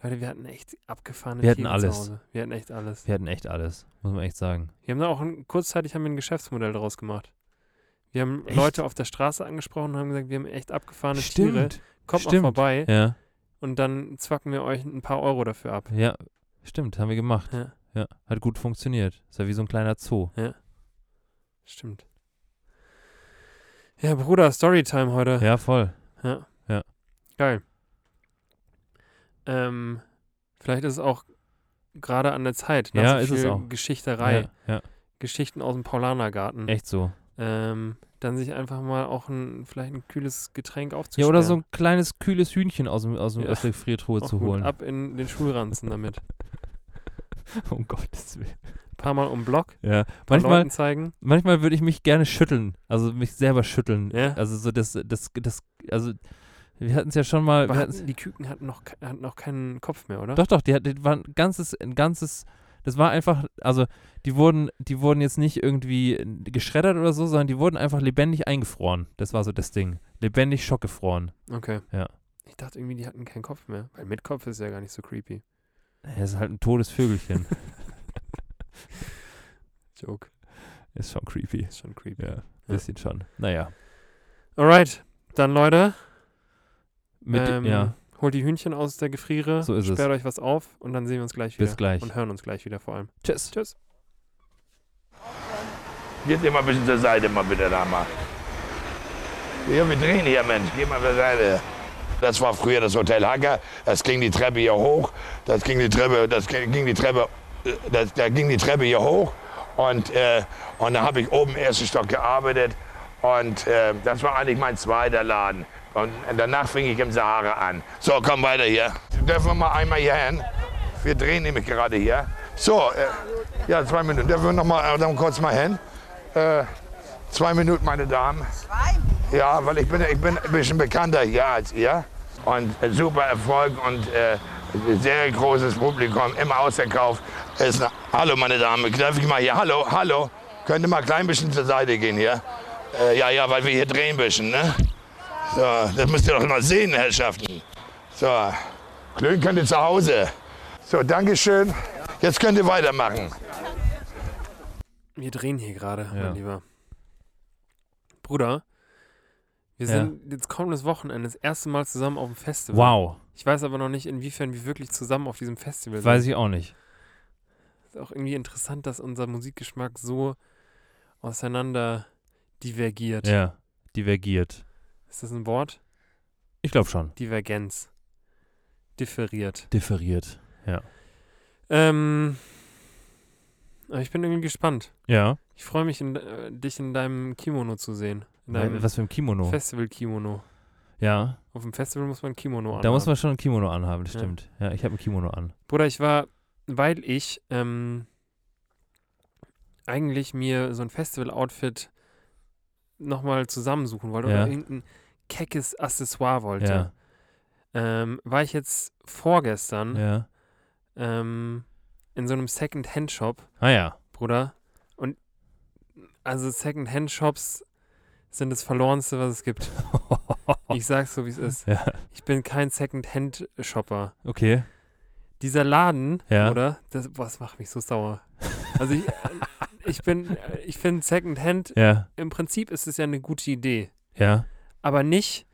Leute, wir hatten echt abgefahrene Wir hatten Tiere alles. zu Hause. Wir hatten echt alles. Wir hatten echt alles, muss man echt sagen. Wir haben da auch ein, kurzzeitig haben wir ein Geschäftsmodell draus gemacht. Wir haben Echt? Leute auf der Straße angesprochen und haben gesagt, wir haben echt abgefahrene Tiere. Kommt stimmt. mal vorbei Ja, und dann zwacken wir euch ein paar Euro dafür ab. ja, stimmt, haben wir gemacht. Ja. Ja, hat gut funktioniert. Ist ja wie so ein kleiner Zoo. Stimmt. Ja, Bruder, Storytime heute. Ja, voll. Ja. Ja. Geil. Ähm, Vielleicht ist es auch gerade an der Zeit. nach Ja, so ist es viel auch. Geschichterei, Ja, ja, Geschichten aus dem Paulanergarten. echt so. Ähm, dann sich einfach mal auch ein, vielleicht ein kühles Getränk aufzustellen. Ja, oder so ein kleines, kühles Hühnchen aus dem, aus dem Ja. aus der Gefriertruhe Auch zu gut, holen. Ab in den Schulranzen damit. Um Gottes Willen. Ein paar Mal um den Block, Ja, paar manchmal, Äh, Leuten zeigen. manchmal würde ich mich gerne schütteln, also mich selber schütteln. Ja. Also so das, das, das, also wir hatten es ja schon mal. Aber Wir hatten's- hatten, die Küken hatten noch, ke- hatten noch keinen Kopf mehr, oder? doch, doch, die, hat- die waren ein ganzes, ein ganzes, das war einfach, also die wurden, die wurden jetzt nicht irgendwie geschreddert oder so, sondern die wurden einfach lebendig eingefroren. Das war so das Ding. Lebendig schockgefroren. Okay. Ja. Ich dachte irgendwie, die hatten keinen Kopf mehr. Weil mit Kopf ist ja gar nicht so creepy. Das ist halt ein totes Vögelchen. Joke. ist schon creepy. Ist schon creepy. Ja, bisschen schon. Naja. Alright, dann Leute. Mit, ähm, ja, Holt die Hühnchen aus der Gefriere. So ist es. Sperrt euch was auf und dann sehen wir uns gleich wieder. bis gleich. Und hören uns gleich wieder vor allem. Tschüss. Tschüss. Geht ihr mal ein bisschen zur Seite, mal bitte da mal. Ja, wir drehen hier, Mensch. Geh mal zur Seite. Das war früher das Hotel Hacker. Das ging die Treppe hier hoch. Das ging die Treppe, das ging ging die Treppe, äh, das, da ging die Treppe hier hoch. Und, äh, und da habe ich oben im ersten Stock gearbeitet. Und äh, das war eigentlich mein zweiter Laden. Und danach fing ich im Sahara an. So, komm weiter hier. Dürfen wir mal einmal hier hin? Wir drehen nämlich gerade hier. So, äh, ja, zwei Minuten. Dürfen wir noch mal äh, dann kurz mal hin? Äh, zwei Minuten, meine Damen. Ja, weil ich bin, ich bin ein bisschen bekannter hier als ihr. Und äh, super Erfolg und äh, sehr großes Publikum, immer ausverkauft. Ist eine, hallo, meine Damen, darf ich mal hier? Hallo, hallo. Könnt ihr mal klein bisschen zur Seite gehen hier? Äh, ja, ja, weil wir hier drehen ein bisschen, ne? So, das müsst ihr doch mal sehen, Herrschaften. So, klönen könnt ihr zu Hause. So, Dankeschön. Jetzt könnt ihr weitermachen. Wir drehen hier gerade, Ja. mein Lieber. Bruder, wir Ja. sind jetzt kommendes Wochenende das erste Mal zusammen auf dem Festival. Wow, Ich weiß aber noch nicht, inwiefern wir wirklich zusammen auf diesem Festival weiß ich auch nicht. sind. Ist auch irgendwie interessant, dass unser Musikgeschmack so auseinander divergiert. Ja, divergiert. Ist das ein Wort? Ich glaube schon. Divergenz. Differiert. Differiert. Ähm, aber ich bin irgendwie gespannt. Ja. Ich freue mich, in, äh, dich in deinem Kimono zu sehen. In deinem Was für ein Kimono. Festival-Kimono. ja, Auf dem Festival muss man ein Kimono anhaben. da muss man schon ein Kimono anhaben, das Ja. stimmt. Ja, ich habe ein Kimono an. Bruder, ich war, weil ich ähm, eigentlich mir so ein Festival-Outfit nochmal zusammensuchen wollte Ja. oder irgendein keckes Accessoire wollte, Ja, ähm, war ich jetzt vorgestern ja. ähm, in so einem Second-Hand-Shop, Ah ja, Bruder. Und also Second-Hand-Shops sind das Verlorenste, was es gibt. Ich sag's so, wie es ist. Ja. Ich bin kein Second-Hand-Shopper. okay. dieser Laden, Ja. oder? Das, boah, das macht mich so sauer. Also ich, ich bin, ich finde Secondhand, Ja, im Prinzip ist es ja eine gute Idee. ja. Aber nicht,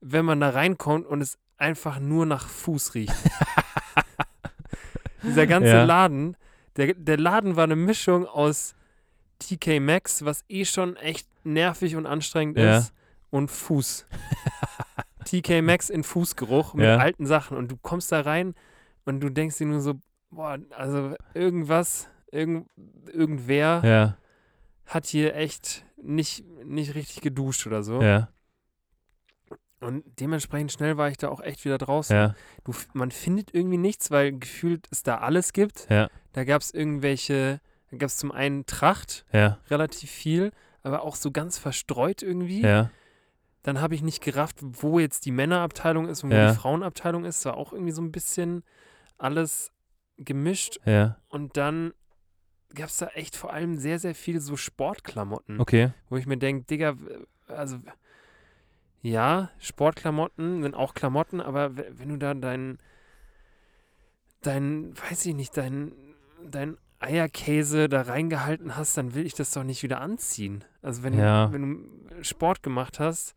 wenn man da reinkommt und es einfach nur nach Fuß riecht. dieser ganze Ja. Laden, der, der Laden war eine Mischung aus TK Maxx, was eh schon echt nervig und anstrengend Ja. ist, und Fuß. TK Maxx in Fußgeruch mit Ja. alten Sachen. Und du kommst da rein und du denkst dir nur so, boah, also irgendwas, irgend, irgendwer Ja, hat hier echt nicht, nicht richtig geduscht oder so. ja, Und dementsprechend schnell war ich da auch echt wieder draußen. ja, Du, f- man findet irgendwie nichts, weil gefühlt es da alles gibt. Ja. Da gab es irgendwelche, da gab es zum einen Tracht, ja, relativ viel, aber auch so ganz verstreut irgendwie. ja. Dann habe ich nicht gerafft, wo jetzt die Männerabteilung ist und wo Ja. die Frauenabteilung ist. War auch irgendwie so ein bisschen alles gemischt. Ja, Und dann gab es da echt vor allem sehr, sehr viel so Sportklamotten okay. wo ich mir denke, Digga, w- also ja, Sportklamotten sind auch Klamotten, aber w- wenn du da dein, dein, weiß ich nicht, dein, dein Eierkäse da reingehalten hast, dann will ich das doch nicht wieder anziehen. Also wenn, Ja. du, wenn du Sport gemacht hast,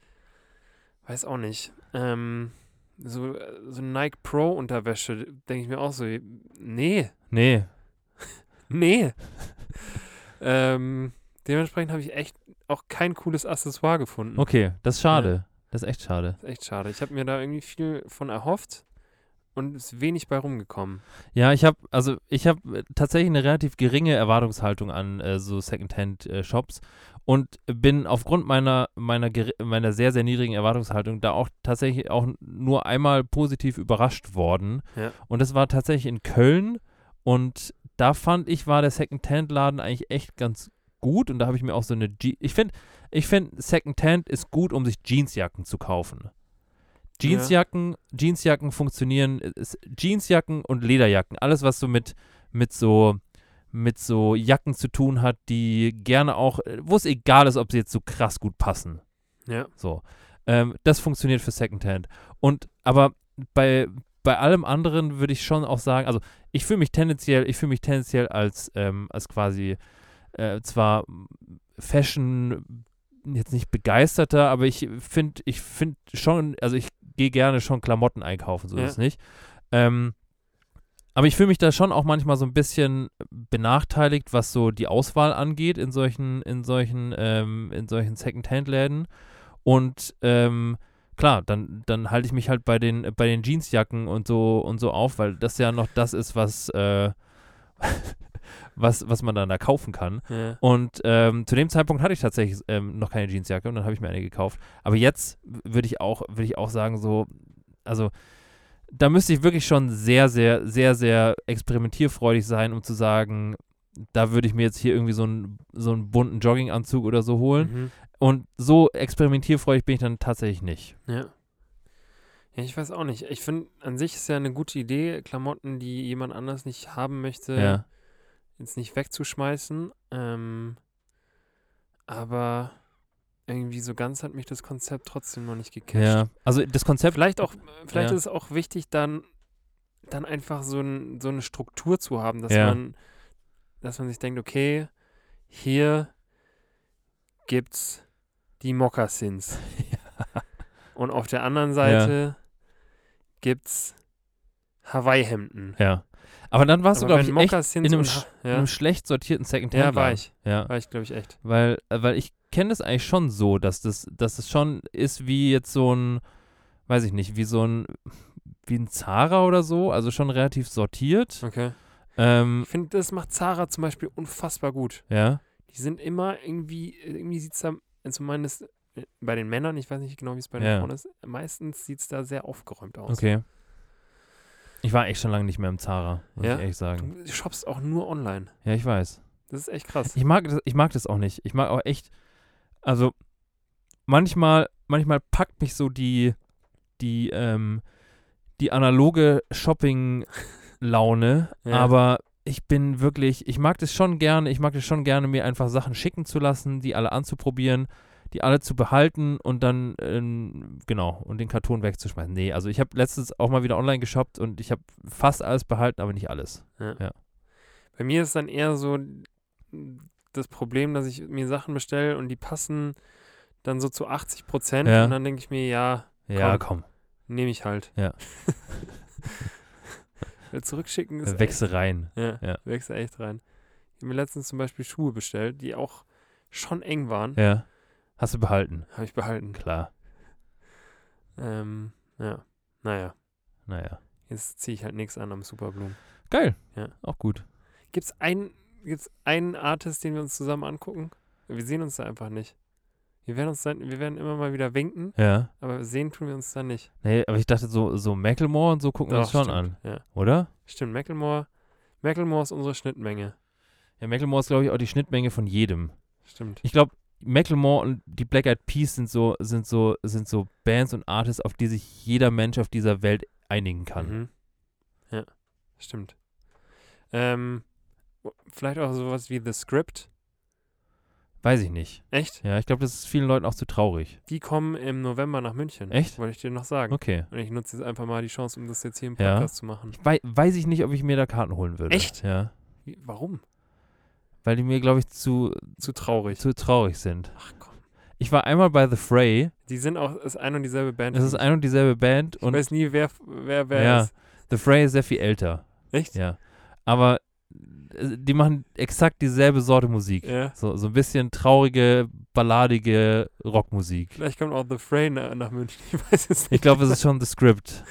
weiß auch nicht. Ähm, so, äh, so Nike Pro Unterwäsche, denke ich mir auch so, nee, Nee, Nee. ähm, dementsprechend habe ich echt auch kein cooles Accessoire gefunden. okay. Das ist schade. Das ist echt schade. Ist echt schade. Ich habe mir da irgendwie viel von erhofft. und ist wenig bei rumgekommen. Ja, ich habe also ich habe tatsächlich eine relativ geringe Erwartungshaltung an äh, so Secondhand äh, Shops und bin aufgrund meiner meiner geri- meiner sehr sehr niedrigen Erwartungshaltung da auch tatsächlich auch nur einmal positiv überrascht worden. Ja. Und das war tatsächlich in Köln und da fand ich war der Secondhand Laden eigentlich echt ganz gut und da habe ich mir auch so eine Je ich finde ich finde Secondhand ist gut, um sich Jeansjacken zu kaufen. Jeansjacken, Jeansjacken funktionieren, es- Jeansjacken und Lederjacken, alles was so mit, mit so mit so Jacken zu tun hat, die gerne auch, äh, wo es egal ist, ob sie jetzt so krass gut passen. Ja. So. Ähm, das funktioniert für Secondhand. Und aber bei, bei allem anderen würde ich schon auch sagen, also ich fühle mich tendenziell, ich fühle mich tendenziell als, ähm, als quasi äh, zwar Fashion jetzt nicht begeisterter, aber ich finde, ich finde schon, also ich gehe gerne schon Klamotten einkaufen, so Ja. ist es nicht. Ähm, aber ich fühle mich da schon auch manchmal so ein bisschen benachteiligt, was so die Auswahl angeht in solchen, in solchen, ähm, in solchen Second-Hand-Läden. Und ähm, klar, dann, dann halte ich mich halt bei den, bei den Jeansjacken und so und so auf, weil das ja noch das ist, was, äh, was, was man dann da kaufen kann. Ja. Und ähm, zu dem Zeitpunkt hatte ich tatsächlich ähm, noch keine Jeansjacke und dann habe ich mir eine gekauft. Aber jetzt würde ich auch, würde ich auch sagen, so, also da müsste ich wirklich schon sehr, sehr, sehr, sehr experimentierfreudig sein, um zu sagen, da würde ich mir jetzt hier irgendwie so einen, so einen bunten Jogginganzug oder so holen. Mhm. Und so experimentierfreudig bin ich dann tatsächlich nicht. Ja. Ja, ich weiß auch nicht. Ich finde, an sich ist ja eine gute Idee, Klamotten, die jemand anders nicht haben möchte, Ja. jetzt nicht wegzuschmeißen. Ähm, aber irgendwie so ganz hat mich das Konzept trotzdem noch nicht gecatcht. ja. Also das Konzept. Vielleicht auch, vielleicht Ja. ist es auch wichtig, dann, dann einfach so, ein, so eine Struktur zu haben, dass Ja. man, dass man sich denkt, okay, hier gibt's die Mokassins. Und auf der anderen Seite gibt's Hawaii-Hemden. Ja. Aber dann warst Aber du, wenn glaube ich, echt Mokassins in einem und Sch- Ha- in ja, einem schlecht sortierten second ja, war ich. Ja. War ich, glaube ich, echt. Weil, äh, weil ich kenne das eigentlich schon so, dass das, dass das schon ist wie jetzt so ein, weiß ich nicht, wie so ein, wie ein Zara oder so, also schon relativ sortiert. Okay. Ähm, Ich finde, das macht Zara zum Beispiel unfassbar gut. ja, die sind immer irgendwie, irgendwie sieht es da, zumindest äh, bei den Männern, ich weiß nicht genau, wie es bei den Ja. Frauen ist, meistens sieht es da sehr aufgeräumt aus. okay. Ich war echt schon lange nicht mehr im Zara, muss Ja? Mhm. ich ehrlich sagen. Du shoppst auch nur online. Ja, ich weiß. Das ist echt krass. Ich mag das, ich mag das auch nicht. Ich mag auch echt, also manchmal, manchmal packt mich so die, die, ähm, die analoge Shopping-Laune, Ja. aber ich bin wirklich, ich mag das schon gerne, ich mag das schon gerne, mir einfach Sachen schicken zu lassen, die alle anzuprobieren, die alle zu behalten und dann, ähm, genau, und den Karton wegzuschmeißen. Nee, also ich habe letztens auch mal wieder online geshoppt und ich habe fast alles behalten, aber nicht alles. Bei mir ist dann eher so das Problem, dass ich mir Sachen bestelle und die passen dann so zu 80 Prozent Ja. und dann denke ich mir, ja, Ja, komm, Komm. nehme ich halt. Ja. Weil Zurückschicken ist komm wechsel rein. Ja, Ja. wächst echt rein. Ich habe mir letztens zum Beispiel Schuhe bestellt, die auch schon eng waren. Ja. Hast du behalten. Habe ich behalten. Klar, Ähm, ja. Naja, naja. jetzt ziehe ich halt nichts an am Superblumen. Geil. Ja. Auch gut. Gibt's einen, gibt's einen Artist, den wir uns zusammen angucken? Wir sehen uns da einfach nicht. Wir werden uns dann, wir werden immer mal wieder winken, Ja. aber sehen tun wir uns da nicht. Nee, aber ich dachte, so, so Macklemore und so gucken wir uns schon stimmt. an, Ja. oder? Stimmt, Macklemore. Macklemore ist unsere Schnittmenge. Ja, Macklemore ist, glaube ich, auch die Schnittmenge von jedem. Stimmt. Ich glaube, Macklemore und die Black Eyed Peas sind so, sind so, sind so Bands und Artists, auf die sich jeder Mensch auf dieser Welt einigen kann. Mhm. Ja, stimmt. Ähm, vielleicht auch sowas wie The Script. Weiß ich nicht. Echt? Ja, ich glaube, das ist vielen Leuten auch zu traurig. Die kommen im November nach München. Echt? Wollte ich dir noch sagen. Okay. Und ich nutze jetzt einfach mal die Chance, um das jetzt hier im Ja. Podcast zu machen. Ich wei weiß ich nicht, ob ich mir da Karten holen würde. Echt? Ja. Wie, warum? Weil die mir, glaube ich, zu, Zu traurig. zu traurig sind. Ach komm. Ich war einmal bei The Fray. Die sind auch, ist ein und dieselbe Band. Es ist ein und dieselbe Band ich und weiß nie, wer, wer, wer Ja. ist. The Fray ist sehr viel älter. Echt? Ja. Aber äh, die machen exakt dieselbe Sorte Musik. Ja. So, so ein bisschen traurige, balladige Rockmusik. Vielleicht kommt auch The Fray na, nach München. Ich weiß es nicht. Ich glaube, es ist schon The Script.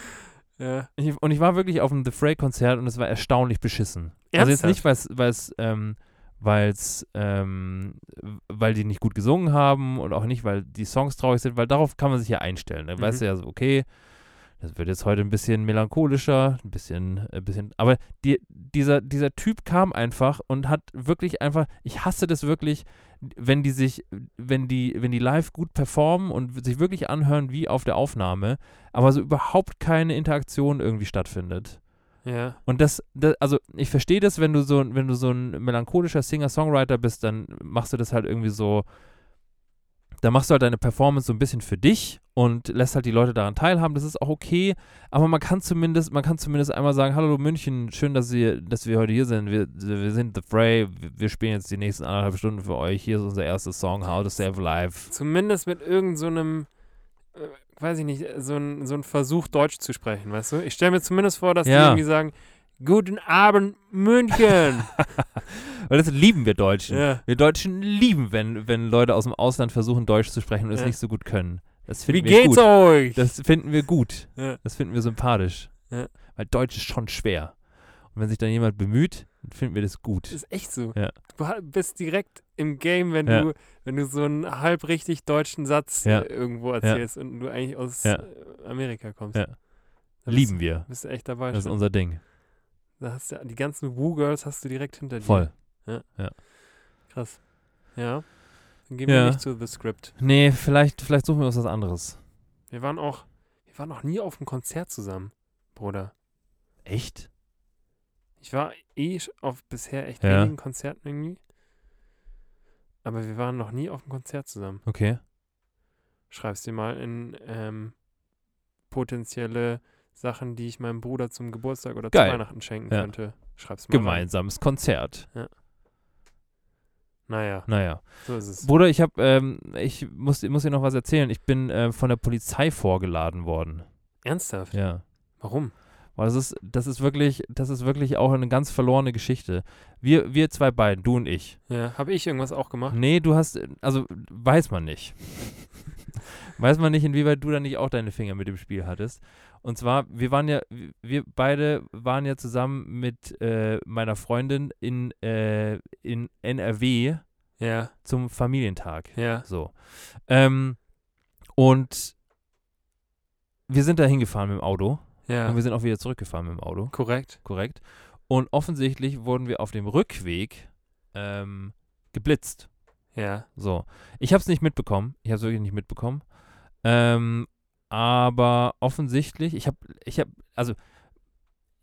Ja. Ich, und ich war wirklich auf einem The Fray-Konzert und es war erstaunlich beschissen. Also Ernsthaft? jetzt nicht, weil's, weil's, ähm, weil's, ähm, weil die nicht gut gesungen haben und auch nicht, weil die Songs traurig sind, weil darauf kann man sich ja einstellen. Dann Mhm. weißt du ja so, okay, das wird jetzt heute ein bisschen melancholischer, ein bisschen, ein bisschen, aber die, dieser, dieser Typ kam einfach und hat wirklich einfach, ich hasse das wirklich, wenn die sich, wenn die, wenn die live gut performen und sich wirklich anhören wie auf der Aufnahme, aber so überhaupt keine Interaktion irgendwie stattfindet. Ja. Und das, das also ich verstehe das, wenn du so, wenn du so ein melancholischer Singer-Songwriter bist, dann machst du das halt irgendwie so, dann machst du halt deine Performance so ein bisschen für dich und lässt halt die Leute daran teilhaben, das ist auch okay, aber man kann zumindest, man kann zumindest einmal sagen, hallo München, schön, dass ihr, dass wir heute hier sind, wir, wir sind The Fray, wir wir spielen jetzt die nächsten anderthalb Stunden für euch, hier ist unser erster Song, How to Save Life. Zumindest mit irgendeinem, so einem, äh, weiß ich nicht, so ein, so ein Versuch, Deutsch zu sprechen, weißt du? Ich stelle mir zumindest vor, dass die Ja. irgendwie sagen, Guten Abend, München. Weil das lieben wir Deutschen. ja. Wir Deutschen lieben, wenn, wenn Leute aus dem Ausland versuchen, Deutsch zu sprechen und es Ja. nicht so gut können. Das Wie finden wir geht's gut. euch? Das finden wir gut. Ja. Das finden wir sympathisch. Ja. Weil Deutsch ist schon schwer. Und wenn sich dann jemand bemüht, dann finden wir das gut. ist echt so. Ja. Du ha- bist direkt im Game, wenn Ja. du, wenn du so einen halb richtig deutschen Satz Ja. äh, irgendwo erzählst und du eigentlich aus Ja. äh, Amerika kommst. Ja. Dann bist- Lieben wir. Bist du echt dabei. Das ist schon. unser Ding. Da hast du, die ganzen Woo-Girls hast du direkt hinter dir. Voll. Krass. Ja. Dann gehen Ja. wir nicht zu The Script. Nee, vielleicht, vielleicht suchen wir uns was anderes. Wir waren auch, wir waren noch nie auf einem Konzert zusammen, Bruder. Echt? Ich war eh sch- auf bisher echt Ja. wenigen Konzerten irgendwie. Aber wir waren noch nie auf einem Konzert zusammen. Okay. Schreib's dir mal in ähm, potenzielle Sachen, die ich meinem Bruder zum Geburtstag oder Geil. zu Weihnachten schenken Ja. könnte. Schreib's mal. rein. Gemeinsames Konzert. Naja, Naja. so ist es. Bruder, ich habe, ähm, ich muss, muss dir noch was erzählen. Ich bin äh, von der Polizei vorgeladen worden. Ernsthaft? Ja. Warum? Boah, das ist, das ist wirklich, das ist wirklich auch eine ganz verlorene Geschichte. Wir, wir zwei beiden, du und ich. Ja, habe ich irgendwas auch gemacht? Ah. Nee, du hast, also weiß man nicht. weiß man nicht, inwieweit du da nicht auch deine Finger mit dem Spiel hattest. Und zwar, wir waren ja, wir beide waren ja zusammen mit äh, meiner Freundin in, äh, in NRW Ja, zum Familientag. ja. So. Ähm, und wir sind da hingefahren mit dem Auto Ja, und wir sind auch wieder zurückgefahren mit dem Auto, korrekt. korrekt. Und offensichtlich wurden wir auf dem Rückweg ähm, geblitzt. Ja, So. Ich habe es nicht mitbekommen. Ich habe es wirklich nicht mitbekommen. Ähm, aber offensichtlich, ich habe, ich habe, also,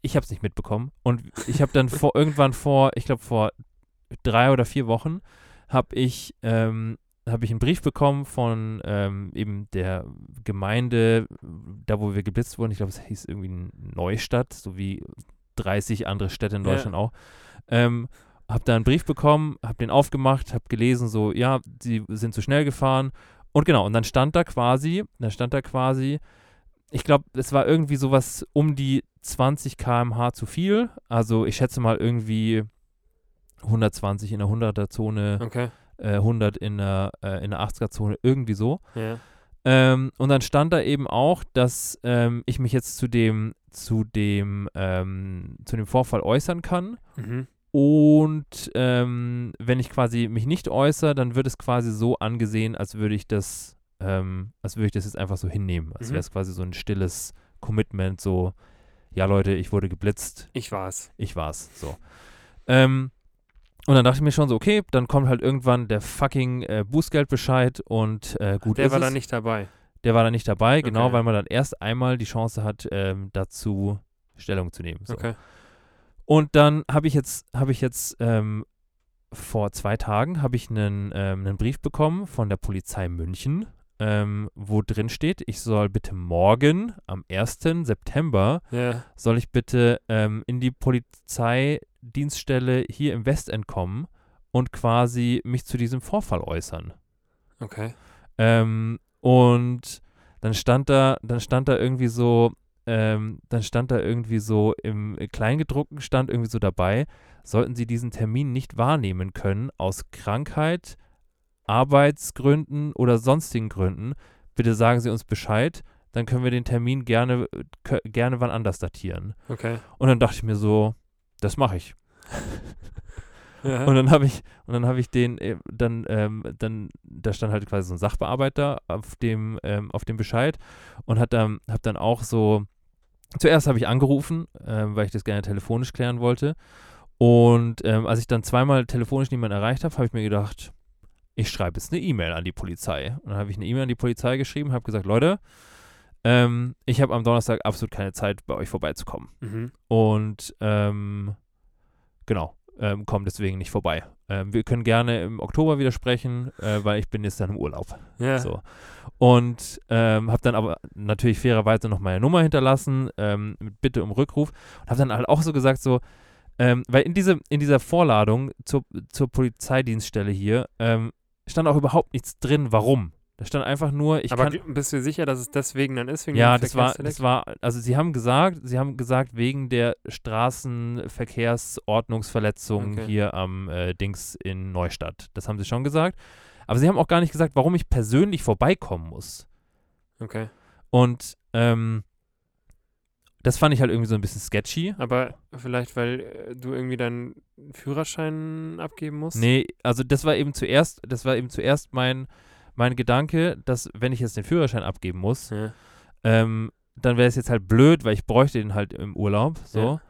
ich habe es nicht mitbekommen. Und ich habe dann vor, irgendwann vor, ich glaube vor drei oder vier Wochen, habe ich, ähm, habe ich einen Brief bekommen von ähm, eben der Gemeinde, da wo wir geblitzt wurden. Ich glaube, es hieß irgendwie Neustadt, so wie 30 andere Städte in Ja. Deutschland auch. Ähm, hab da einen Brief bekommen, hab den aufgemacht, hab gelesen, so, ja, sie sind zu schnell gefahren. Und genau, und dann stand da quasi, dann stand da quasi, ich glaube, es war irgendwie sowas um die 20 km/h zu viel. Also ich schätze mal irgendwie 120 in der 100er-Zone, okay. äh, 100 in der, äh, in der 80er-Zone, irgendwie so. Ja, Ähm, und dann stand da eben auch, dass ähm, ich mich jetzt zu dem, zu dem, ähm, zu dem Vorfall äußern kann. mhm. Und ähm, wenn ich quasi mich nicht äußere, dann wird es quasi so angesehen, als würde ich das, ähm, als würde ich das jetzt einfach so hinnehmen. Als Mhm. wäre es quasi so ein stilles Commitment, so, ja Leute, ich wurde geblitzt, ich war's. ich war's. So. Ähm, und dann dachte ich mir schon so, okay, dann kommt halt irgendwann der fucking äh, Bußgeldbescheid und äh, gut Der ist war es. da nicht dabei. Der war da nicht dabei, genau, Okay. weil man dann erst einmal die Chance hat, ähm, dazu Stellung zu nehmen. So. Okay. Und dann habe ich jetzt, habe ich jetzt ähm, vor zwei Tagen habe ich einen, ähm, einen Brief bekommen von der Polizei München, ähm, wo drin steht, ich soll bitte morgen am 1. September Ja, soll ich bitte ähm, in die Polizeidienststelle hier im Westend kommen und quasi mich zu diesem Vorfall äußern. okay. Ähm, und dann stand da, dann stand da irgendwie so, ähm, dann stand da irgendwie so im Kleingedruckten stand irgendwie so dabei, sollten Sie diesen Termin nicht wahrnehmen können aus Krankheit, Arbeitsgründen oder sonstigen Gründen, bitte sagen Sie uns Bescheid, dann können wir den Termin gerne, äh, kö- gerne wann anders datieren. Okay. Und dann dachte ich mir so, das mache ich. Ja. Und dann habe ich, und dann habe ich den, äh, dann, ähm, dann, da stand halt quasi so ein Sachbearbeiter auf dem, ähm, auf dem Bescheid und hat dann, hab dann auch so, zuerst habe ich angerufen, ähm, weil ich das gerne telefonisch klären wollte. Und ähm, als ich dann zweimal telefonisch niemanden erreicht habe, habe ich mir gedacht, ich schreibe jetzt eine E-Mail an die Polizei. Und dann habe ich eine E-Mail an die Polizei geschrieben, habe gesagt, Leute, ähm, ich habe am Donnerstag absolut keine Zeit, bei euch vorbeizukommen. mhm. Und ähm, genau, ähm, kommen deswegen nicht vorbei. Ähm, wir können gerne im Oktober wieder sprechen, äh, weil ich bin jetzt dann im Urlaub. ja. So. Und ähm, habe dann aber natürlich fairerweise noch meine Nummer hinterlassen, ähm, mit Bitte um Rückruf. Und habe dann halt auch so gesagt, so, ähm, weil in, diese, in dieser Vorladung zur, zur Polizeidienststelle hier ähm, stand auch überhaupt nichts drin, warum. Da stand einfach nur, ich Aber kann, gl- bist du sicher, dass es deswegen dann ist? Wegen ja, dem das war, das Verkehrsdelikt? war, also sie haben gesagt, sie haben gesagt, wegen der Straßenverkehrsordnungsverletzung Okay. hier am äh, Dings in Neustadt. Das haben sie schon gesagt. Aber sie haben auch gar nicht gesagt, warum ich persönlich vorbeikommen muss. Okay. Und ähm, das fand ich halt irgendwie so ein bisschen sketchy. Aber vielleicht, weil äh, du irgendwie deinen Führerschein abgeben musst? Nee, also das war eben zuerst, das war eben zuerst mein, mein Gedanke, dass wenn ich jetzt den Führerschein abgeben muss, Ja. ähm, dann wäre es jetzt halt blöd, weil ich bräuchte den halt im Urlaub, so. Ja.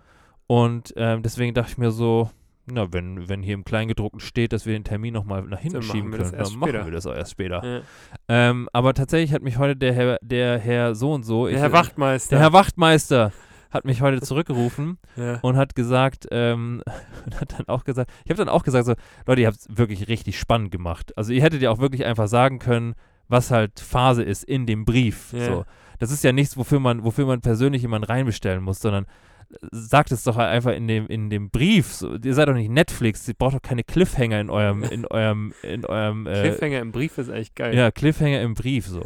Und ähm, deswegen dachte ich mir so, na, wenn, wenn hier im Kleingedruckten steht, dass wir den Termin nochmal nach hinten Dann machen schieben wir können, das dann erst machen später. wir das auch erst später. Ja. Ähm, aber tatsächlich hat mich heute der Herr, der Herr so und so, Der ich- Herr Wachtmeister. der Herr Wachtmeister hat mich heute zurückgerufen ja. und hat gesagt, ähm, und hat dann auch gesagt, ich habe dann auch gesagt, so, Leute, ihr habt es wirklich richtig spannend gemacht. Also ihr hättet ja auch wirklich einfach sagen können, was halt Phase ist in dem Brief. Ja. So. Das ist ja nichts, wofür man, wofür man persönlich jemanden reinbestellen muss, sondern sagt es doch halt einfach in dem, in dem Brief. So, ihr seid doch nicht Netflix, ihr braucht doch keine Cliffhanger in eurem, in eurem, in eurem äh, Cliffhanger im Brief ist echt geil. ja, Cliffhanger im Brief so.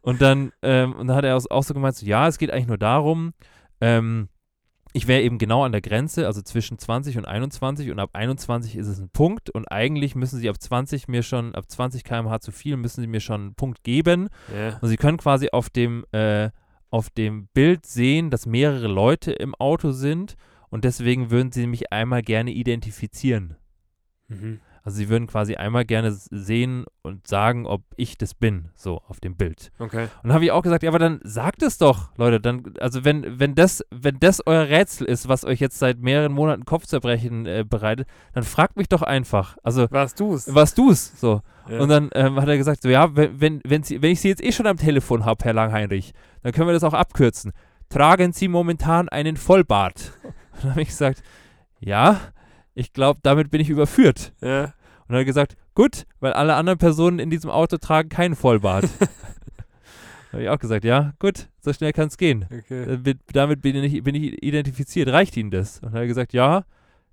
Und dann, ähm, und dann hat er auch, auch so gemeint, so, ja, es geht eigentlich nur darum, ähm, ich wäre eben genau an der Grenze, also zwischen 20 und 21 und ab 21 ist es ein Punkt und eigentlich müssen sie ab 20 mir schon, ab 20 km/h zu viel, müssen sie mir schon einen Punkt geben. Ja. Und sie können quasi auf dem, äh, auf dem Bild sehen, dass mehrere Leute im Auto sind und deswegen würden sie mich einmal gerne identifizieren. Mhm. Also sie würden quasi einmal gerne s- sehen und sagen, ob ich das bin, so auf dem Bild. Okay. Und dann habe ich auch gesagt, ja, aber dann sagt es doch, Leute, dann, also wenn, wenn das, wenn das euer Rätsel ist, was euch jetzt seit mehreren Monaten Kopfzerbrechen äh, bereitet, dann fragt mich doch einfach. Also Warst du's? warst du's? So. Ja. Und dann ähm, hat er gesagt, so ja, wenn, wenn, wenn, sie, wenn ich Sie jetzt eh schon am Telefon habe, Herr Langheinrich, dann können wir das auch abkürzen. Tragen Sie momentan einen Vollbart? Und dann habe ich gesagt, ja, ich glaube, damit bin ich überführt. ja. Und dann hat er gesagt, gut, weil alle anderen Personen in diesem Auto tragen keinen Vollbart. habe ich auch gesagt, ja, gut, so schnell kann es gehen. Okay. Äh, mit- Damit bin ich, bin ich identifiziert. Reicht Ihnen das? Und dann hat er gesagt, ja,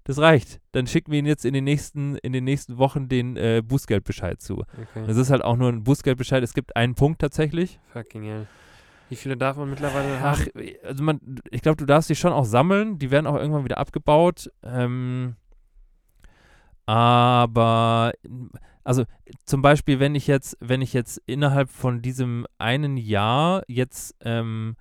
das reicht. Dann schicken wir Ihnen jetzt in den nächsten, in den nächsten Wochen den äh, Bußgeldbescheid zu. okay. Das ist halt auch nur ein Bußgeldbescheid. Es gibt einen Punkt tatsächlich. Fucking hell. Wie viele darf man mittlerweile haben? Ach, also man, ich glaube, du darfst die schon auch sammeln. Die werden auch irgendwann wieder abgebaut. Ähm, aber also zum Beispiel, wenn ich jetzt, wenn ich jetzt innerhalb von diesem einen Jahr jetzt ähm,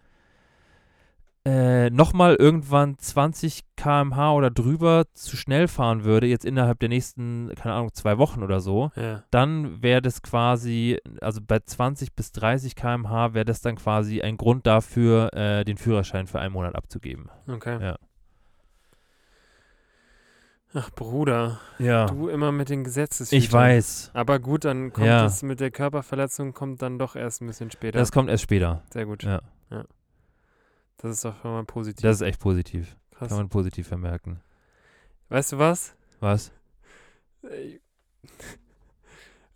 äh, nochmal irgendwann 20 km/h oder drüber zu schnell fahren würde, jetzt innerhalb der nächsten, keine Ahnung, zwei Wochen oder so, Ja. dann wäre das quasi, also bei 20 bis 30 km/h wäre das dann quasi ein Grund dafür, äh, den Führerschein für einen Monat abzugeben. Okay. Ja. Ach, Bruder. Ja, Du immer mit den Gesetzesfüchern. Ah. ich weiß. Aber gut, dann kommt Ja. das mit der Körperverletzung kommt dann doch erst ein bisschen später. Das kommt erst später. Sehr gut. Ja. Das ist doch schon mal positiv. Das ist echt positiv. Krass. Kann man positiv vermerken. Weißt du was? Was? Äh,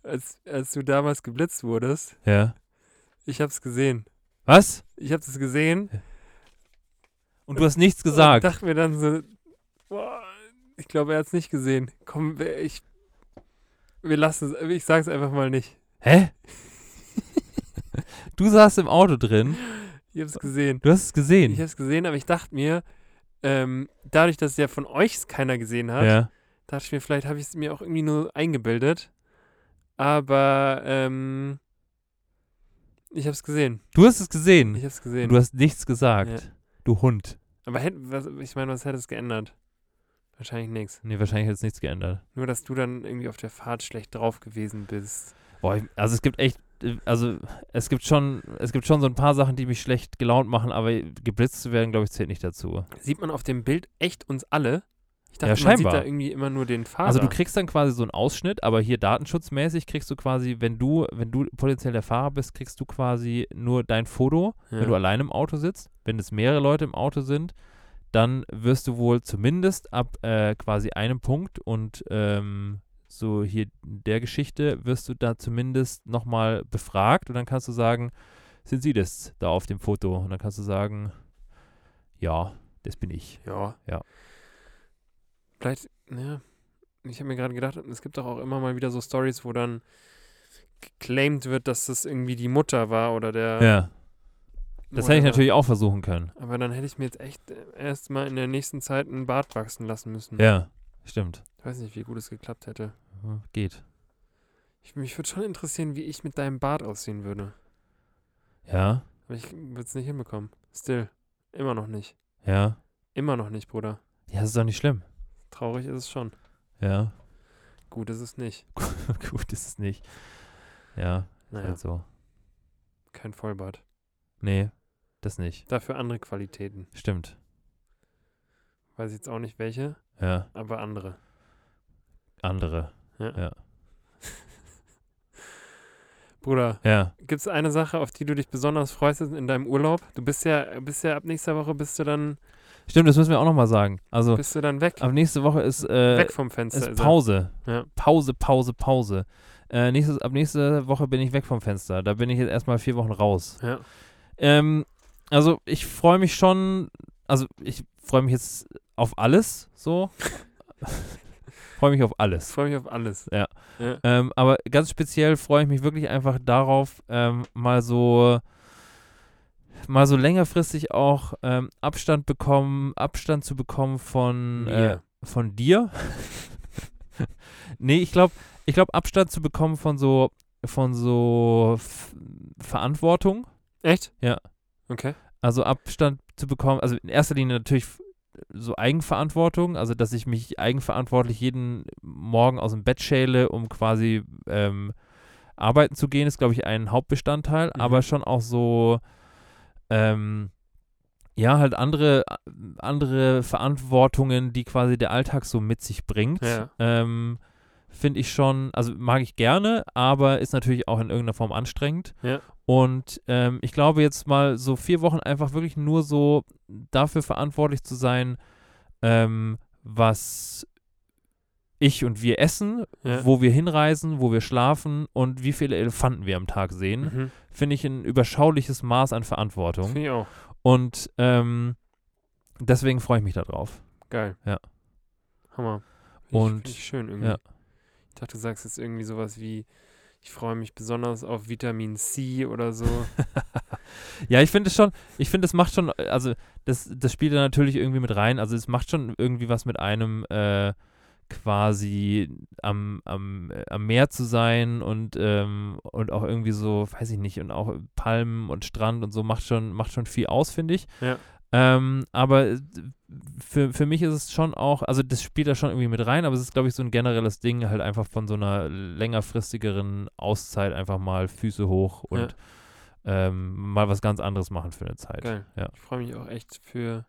Als, als du damals geblitzt wurdest, Ja. ich hab's gesehen. Was? Ich hab's gesehen. Und du hast nichts Und gesagt. dachte mir dann so, boah, ich glaube, er hat's nicht gesehen. Komm, wir- ich, wir lassen es, ich sag's einfach mal nicht. Hä? Du saßt im Auto drin. Ich hab's gesehen. Du hast es Ich gesehen. hab's gesehen, aber ich dachte mir, ähm, dadurch, dass ja von euch keiner gesehen hat, Ja. dachte ich mir, vielleicht habe ich es mir auch irgendwie nur eingebildet. Aber ähm, Ich hab's gesehen. Du hast es gesehen. Ich hab's und gesehen. du hast nichts gesagt. Du Hund. Aber hätte, was, ich meine, was hätte es geändert? Wahrscheinlich nichts. Nee, wahrscheinlich hat es nichts geändert. Nur, dass du dann irgendwie auf der Fahrt schlecht drauf gewesen bist. Boah, ich, also es gibt echt, äh, also es gibt schon, es gibt schon so ein paar Sachen, die mich schlecht gelaunt machen, aber geblitzt zu werden, glaube ich, zählt nicht dazu. Sieht man auf dem Bild echt uns alle? Ich Ja, man sieht scheinbar. da irgendwie immer nur den Fahrer. Also du kriegst dann quasi so einen Ausschnitt, aber hier datenschutzmäßig kriegst du quasi, wenn du, wenn du potenziell der Fahrer bist, kriegst du quasi nur dein Foto, ja. wenn du allein im Auto sitzt. Wenn es mehrere Leute im Auto sind, dann wirst du wohl zumindest ab äh, quasi einem Punkt und ähm, so hier in der Geschichte wirst du da zumindest nochmal befragt und dann kannst du sagen, sind Sie das da auf dem Foto? Und dann kannst du sagen, ja, das bin ich. Ja. Ja. Vielleicht, ja. Ich habe mir gerade gedacht, es gibt doch auch immer mal wieder so Stories, wo dann geclaimed wird, dass das irgendwie die Mutter war oder der. Ja, das hätte ich whatever. natürlich auch versuchen können. Aber dann hätte ich mir jetzt echt äh, erst mal in der nächsten Zeit einen Bart wachsen lassen müssen. Ja, stimmt. Ich weiß nicht, wie gut es geklappt hätte. Ja, Mhm, Geht. Ich, mich würde schon interessieren, wie ich mit deinem Bart aussehen würde. Ja, Aber ich würde es nicht hinbekommen. Still. Immer noch nicht. ja. Immer noch nicht, Bruder. Ja, das ist doch nicht schlimm. Traurig ist es schon. Ja, Gut ist es nicht. gut ist es nicht. Ja, ist Naja, halt so. kein Vollbart. Nee, das nicht. Dafür andere Qualitäten. Stimmt. Weiß jetzt auch nicht welche, Ja, aber andere. andere. Bruder, Ja, gibt es eine Sache, auf die du dich besonders freust in deinem Urlaub? Du bist ja, bist ja ab nächster Woche bist du dann, stimmt, das müssen wir auch nochmal sagen. Also, bist du dann weg. ab nächste Woche ist, äh, weg vom Fenster. also. ist ist er. Pause. Ja. Pause, Pause, Pause. Äh, nächstes, ab nächste Woche bin ich weg vom Fenster. Da bin ich jetzt erstmal vier Wochen raus. Ja. Ähm, also ich freue mich schon, also ich freue mich jetzt auf alles so. freue mich auf Ich alles. freue mich auf alles. Ja. ja. Ähm, aber ganz speziell freue ich mich wirklich einfach darauf, ähm, mal so mal so längerfristig auch ähm, Abstand bekommen, Abstand zu bekommen von äh, Mir. von dir. nee, ich glaube, ich glaube Abstand zu bekommen von so von so F Verantwortung. Echt? Ja. Okay. Also Abstand zu bekommen, also in erster Linie natürlich f- so Eigenverantwortung, also dass ich mich eigenverantwortlich jeden Morgen aus dem Bett schäle, um quasi ähm, arbeiten zu gehen, ist, glaube ich, ein Hauptbestandteil, Mhm. aber schon auch so, ähm, ja, halt andere, andere Verantwortungen, die quasi der Alltag so mit sich bringt. Ja. Ähm, Finde ich schon, also mag ich gerne, aber ist natürlich auch in irgendeiner Form anstrengend. Ja. Und ähm, ich glaube jetzt mal so vier Wochen einfach wirklich nur so dafür verantwortlich zu sein, ähm, was ich und wir essen, Ja. wo wir hinreisen, wo wir schlafen und wie viele Elefanten wir am Tag sehen, Mhm. finde ich ein überschauliches Maß an Verantwortung. Finde ich auch. Und ähm, deswegen freue ich mich darauf. Geil. Ja. Hammer. Find ich, Und- find ich schön irgendwie. ja. Ich dachte, du sagst jetzt irgendwie sowas wie, ich freue mich besonders auf Vitamin C oder so. Ja, ich finde es schon, ich finde, es macht schon, also das, das spielt da natürlich irgendwie mit rein. Also es macht schon irgendwie was mit einem äh, quasi am, am, äh, am Meer zu sein und, ähm, und auch irgendwie so, weiß ich nicht, und auch Palmen und Strand und so macht schon, macht schon viel aus, finde ich. Ja. Ähm, aber äh, für, für mich ist es schon auch, also das spielt da schon irgendwie mit rein, aber es ist, glaube ich, so ein generelles Ding, halt einfach von so einer längerfristigeren Auszeit einfach mal Füße hoch und ähm, mal was ganz anderes machen für eine Zeit. Geil. Ja. Ich freue mich auch echt für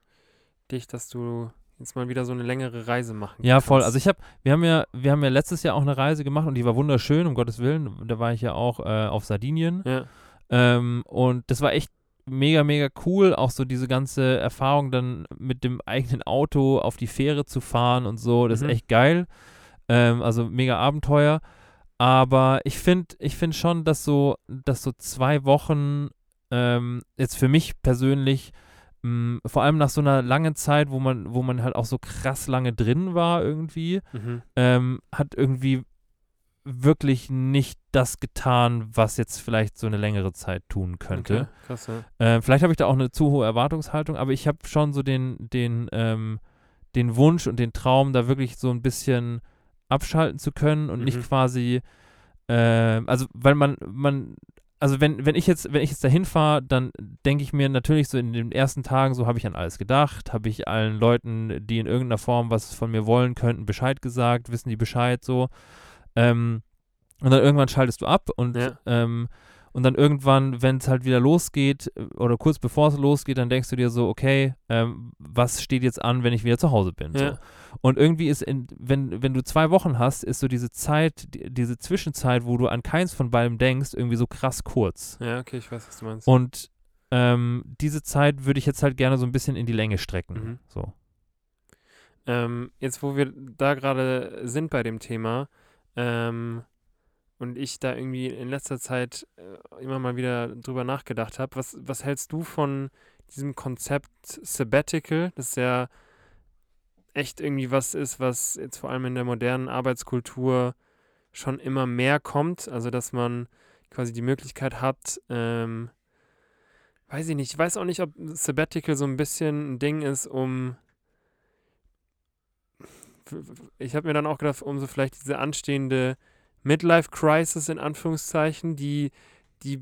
dich, dass du jetzt mal wieder so eine längere Reise machen Ja, kannst. voll. Also ich habe, wir haben ja, wir haben ja letztes Jahr auch eine Reise gemacht und die war wunderschön, um Gottes Willen. Da war ich ja auch äh, auf Sardinien. Ja. Ähm, und das war echt mega, mega cool, auch so diese ganze Erfahrung dann mit dem eigenen Auto auf die Fähre zu fahren und so. Das Mhm. ist echt geil. Ähm, also mega Abenteuer. Aber ich finde ich find schon, dass so, dass so zwei Wochen ähm, jetzt für mich persönlich, mh, vor allem nach so einer langen Zeit, wo man, wo man halt auch so krass lange drin war irgendwie, Mhm. ähm, hat irgendwie wirklich nicht das getan, was jetzt vielleicht so eine längere Zeit tun könnte. Okay. Krass, ja. Ähm, vielleicht habe ich da auch eine zu hohe Erwartungshaltung, aber ich habe schon so den, den, ähm, den Wunsch und den Traum, da wirklich so ein bisschen abschalten zu können und Mhm. nicht quasi, ähm, also weil man, man also wenn, wenn ich jetzt, wenn ich jetzt dahin fahre, dann denke ich mir natürlich so in den ersten Tagen, so habe ich an alles gedacht, habe ich allen Leuten, die in irgendeiner Form was von mir wollen könnten, Bescheid gesagt, wissen die Bescheid so. Ähm, und dann irgendwann schaltest du ab und Ja. ähm, und dann irgendwann, wenn es halt wieder losgeht äh, oder kurz bevor es losgeht, dann denkst du dir so, okay, ähm, was steht jetzt an, wenn ich wieder zu Hause bin? So. Ja. Und irgendwie ist, in, wenn, wenn du zwei Wochen hast, ist so diese Zeit, die, diese Zwischenzeit, wo du an keins von beidem denkst, irgendwie so krass kurz. Ja, okay, ich weiß, was du meinst. Und ähm, diese Zeit würde ich jetzt halt gerne so ein bisschen in die Länge strecken. Mhm. So. Ähm, jetzt, wo wir da gerade sind bei dem Thema ähm, und ich da irgendwie in letzter Zeit äh, immer mal wieder drüber nachgedacht habe, was, was hältst du von diesem Konzept Sabbatical? Das ist ja echt irgendwie was ist, was jetzt vor allem in der modernen Arbeitskultur schon immer mehr kommt. Also, dass man quasi die Möglichkeit hat, ähm, weiß ich nicht, ich weiß auch nicht, ob Sabbatical so ein bisschen ein Ding ist, um ich habe mir dann auch gedacht, um so vielleicht diese anstehende Midlife-Crisis in Anführungszeichen, die, die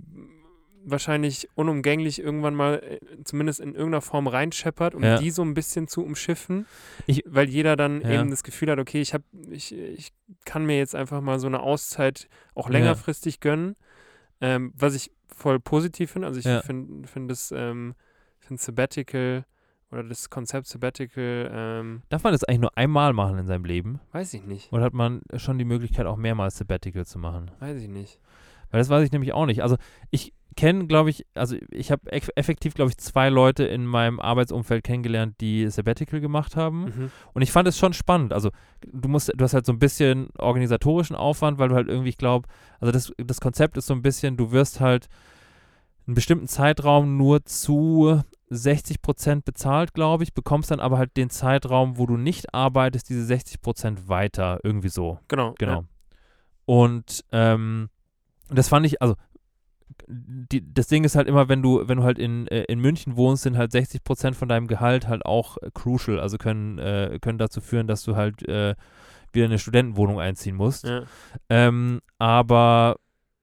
wahrscheinlich unumgänglich irgendwann mal äh, zumindest in irgendeiner Form reinscheppert, um Ja. die so ein bisschen zu umschiffen. Ich- weil jeder dann Ja. eben das Gefühl hat, okay, ich, hab, ich, ich kann mir jetzt einfach mal so eine Auszeit auch Ja. längerfristig gönnen, ähm, was ich voll positiv finde. Also ich Ja. finde find das ähm, find Sabbatical oder das Konzept Sabbatical, ähm, Darf man das eigentlich nur einmal machen in seinem Leben? weiß ich nicht. Oder hat man schon die Möglichkeit, auch mehrmals Sabbatical zu machen? Weiß ich nicht. Weil das weiß ich nämlich auch nicht. Also ich kenne, glaube ich, also ich habe eff effektiv, glaube ich, zwei Leute in meinem Arbeitsumfeld kennengelernt, die Sabbatical gemacht haben. Mhm. Und ich fand es schon spannend. Also du musst, du hast halt so ein bisschen organisatorischen Aufwand, weil du halt irgendwie, ich glaube, also das, das Konzept ist so ein bisschen, du wirst halt einen bestimmten Zeitraum nur zu 60 Prozent bezahlt, glaube ich, bekommst dann aber halt den Zeitraum, wo du nicht arbeitest, diese 60 Prozent weiter, irgendwie so. Genau. Genau. Und ähm, das fand ich, also die, das Ding ist halt immer, wenn du, wenn du halt in, äh, in München wohnst, sind halt 60 Prozent von deinem Gehalt halt auch äh, crucial, also können, äh, können dazu führen, dass du halt äh, wieder in eine Studentenwohnung einziehen musst. Ja. Ja. Ähm, aber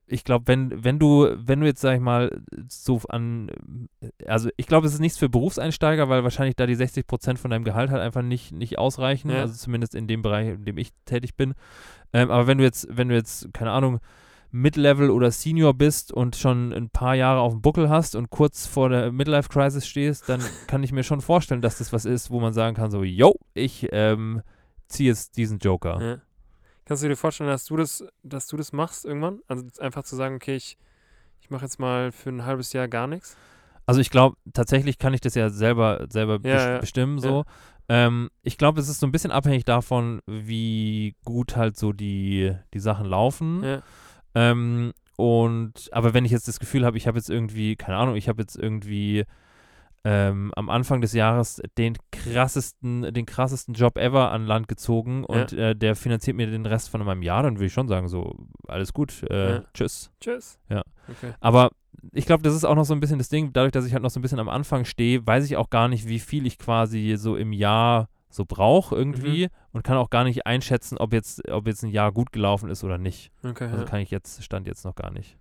ich glaube, wenn, wenn du, wenn du jetzt, sag ich mal, so an, also ich glaube, es ist nichts für Berufseinsteiger, weil wahrscheinlich da die 60 Prozent von deinem Gehalt halt einfach nicht, nicht ausreichen, Ja. also zumindest in dem Bereich, in dem ich tätig bin. Ähm, aber wenn du jetzt, wenn du jetzt, keine Ahnung, Mid-Level oder Senior bist und schon ein paar Jahre auf dem Buckel hast und kurz vor der Midlife-Crisis stehst, dann kann ich mir schon vorstellen, dass das was ist, wo man sagen kann, so, yo, ich ähm, ziehe jetzt diesen Joker. Ja. Kannst du dir vorstellen, dass du das, dass du das machst irgendwann? Also einfach zu sagen, okay, ich, ich mache jetzt mal für ein halbes Jahr gar nichts. Also ich glaube, tatsächlich kann ich das ja selber, selber Ja, best ja, bestimmen so. Ähm, ich glaube, es ist so ein bisschen abhängig davon, wie gut halt so die, die Sachen laufen. Ja. Ähm, und aber wenn ich jetzt das Gefühl habe, ich habe jetzt irgendwie, keine Ahnung, ich habe jetzt irgendwie ähm, am Anfang des Jahres den krassesten, den krassesten Job ever an Land gezogen und äh, der finanziert mir den Rest von meinem Jahr, dann würde ich schon sagen, so, alles gut, äh, Ja. tschüss. Tschüss. Ja. Okay. Aber ich glaube, das ist auch noch so ein bisschen das Ding, dadurch, dass ich halt noch so ein bisschen am Anfang stehe, weiß ich auch gar nicht, wie viel ich quasi so im Jahr so brauche irgendwie Mhm. und kann auch gar nicht einschätzen, ob jetzt, ob jetzt ein Jahr gut gelaufen ist oder nicht. Okay. Also ja. kann ich jetzt, stand jetzt noch gar nicht.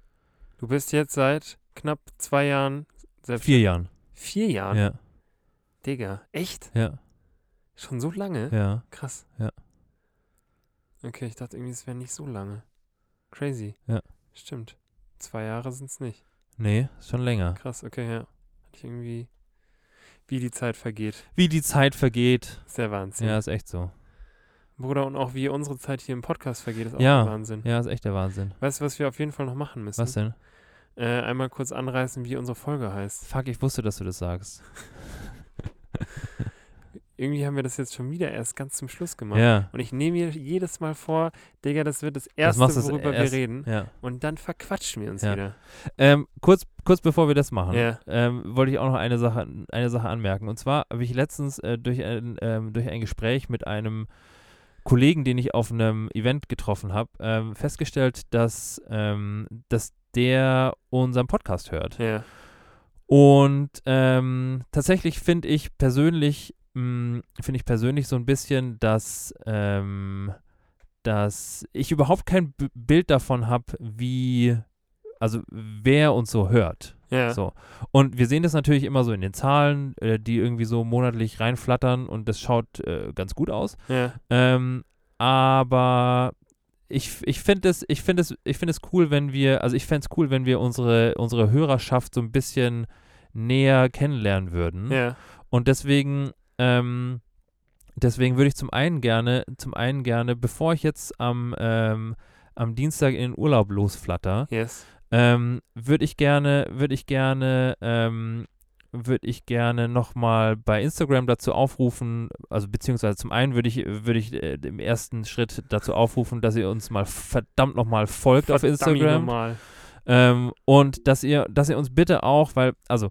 Du bist jetzt seit knapp zwei Jahren selbst. Vier Jahren. Vier Jahren? Ja, Digga. Echt? ja, Schon so lange? ja. Krass. Ja. Okay, ich dachte irgendwie, es wäre nicht so lange. Crazy. Ja. Stimmt. Zwei Jahre sind es nicht. Nee, ist schon länger. Krass, okay, ja. Hatte ich irgendwie, wie die Zeit vergeht. Wie die Zeit vergeht. Ist der Wahnsinn. Ja, ist echt so. Bruder, und auch wie unsere Zeit hier im Podcast vergeht, ist auch Ja. der Wahnsinn. Ja, ist echt der Wahnsinn. Weißt du, was wir auf jeden Fall noch machen müssen? Was denn? Äh, einmal kurz anreißen, wie unsere Folge heißt. Fuck, ich wusste, dass du das sagst. Irgendwie haben wir das jetzt schon wieder erst ganz zum Schluss gemacht. Ja, Und ich nehme mir jedes Mal vor, Digga, das wird das Erste, machst du das worüber erst- wir reden. ja. Und dann verquatschen wir uns Ja. wieder. Ähm, kurz, kurz bevor wir das machen, Ja. ähm, wollte ich auch noch eine Sache, eine Sache anmerken. Und zwar habe ich letztens äh, durch, ein, ähm, durch ein Gespräch mit einem Kollegen, den ich auf einem Event getroffen habe, ähm, festgestellt, dass, ähm, dass der unseren Podcast hört. Ja. Und ähm, tatsächlich finde ich persönlich, mh, finde ich persönlich so ein bisschen, dass, ähm, dass ich überhaupt kein B Bild davon habe, wie, Also wer uns so hört. Ja. So. Und wir sehen das natürlich immer so in den Zahlen, äh, die irgendwie so monatlich reinflattern und das schaut äh, ganz gut aus. ja. Ähm, aber ich, ich finde es, ich finde es, ich finde es cool, wenn wir, also ich fände es cool, wenn wir unsere, unsere Hörerschaft so ein bisschen näher kennenlernen würden. ja. Und deswegen, ähm, deswegen würde ich zum einen gerne, zum einen gerne, bevor ich jetzt am, ähm, am Dienstag in den Urlaub losflatter, Yes. ähm, würde ich gerne, würde ich gerne, ähm, würde ich gerne nochmal bei Instagram dazu aufrufen, also beziehungsweise zum einen würde ich, würde ich äh, im ersten Schritt dazu aufrufen, dass ihr uns mal verdammt nochmal folgt auf Verdammt Instagram. Normal. Ähm, und dass ihr, dass ihr uns bitte auch, weil, also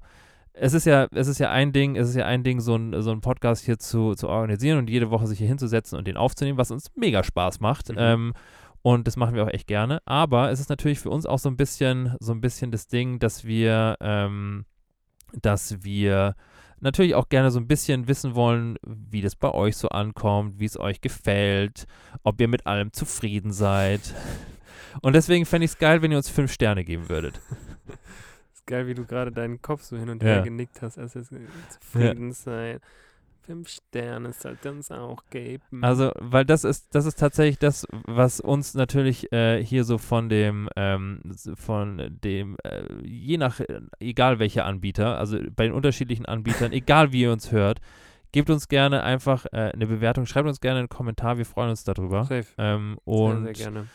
es ist ja, es ist ja ein Ding, es ist ja ein Ding, so ein, so ein Podcast hier zu, zu organisieren und jede Woche sich hier hinzusetzen und den aufzunehmen, was uns mega Spaß macht. Mhm. Ähm, und das machen wir auch echt gerne. Aber es ist natürlich für uns auch so ein bisschen, so ein bisschen das Ding, dass wir, ähm, dass wir natürlich auch gerne so ein bisschen wissen wollen, wie das bei euch so ankommt, wie es euch gefällt, ob ihr mit allem zufrieden seid. Und deswegen fände ich es geil, wenn ihr uns fünf Sterne geben würdet. Ist geil, wie du gerade deinen Kopf so hin und Ja. her genickt hast, als jetzt zufrieden sein. Fünf Sterne sollte uns auch geben. Also, weil das ist, das ist tatsächlich das, was uns natürlich äh, hier so von dem, ähm, s- von dem, äh, je nach, äh, egal welcher Anbieter, also bei den unterschiedlichen Anbietern, egal wie ihr uns hört, gebt uns gerne einfach äh, eine Bewertung, schreibt uns gerne einen Kommentar, wir freuen uns darüber. Safe. Ähm, Sehr, und sehr gerne.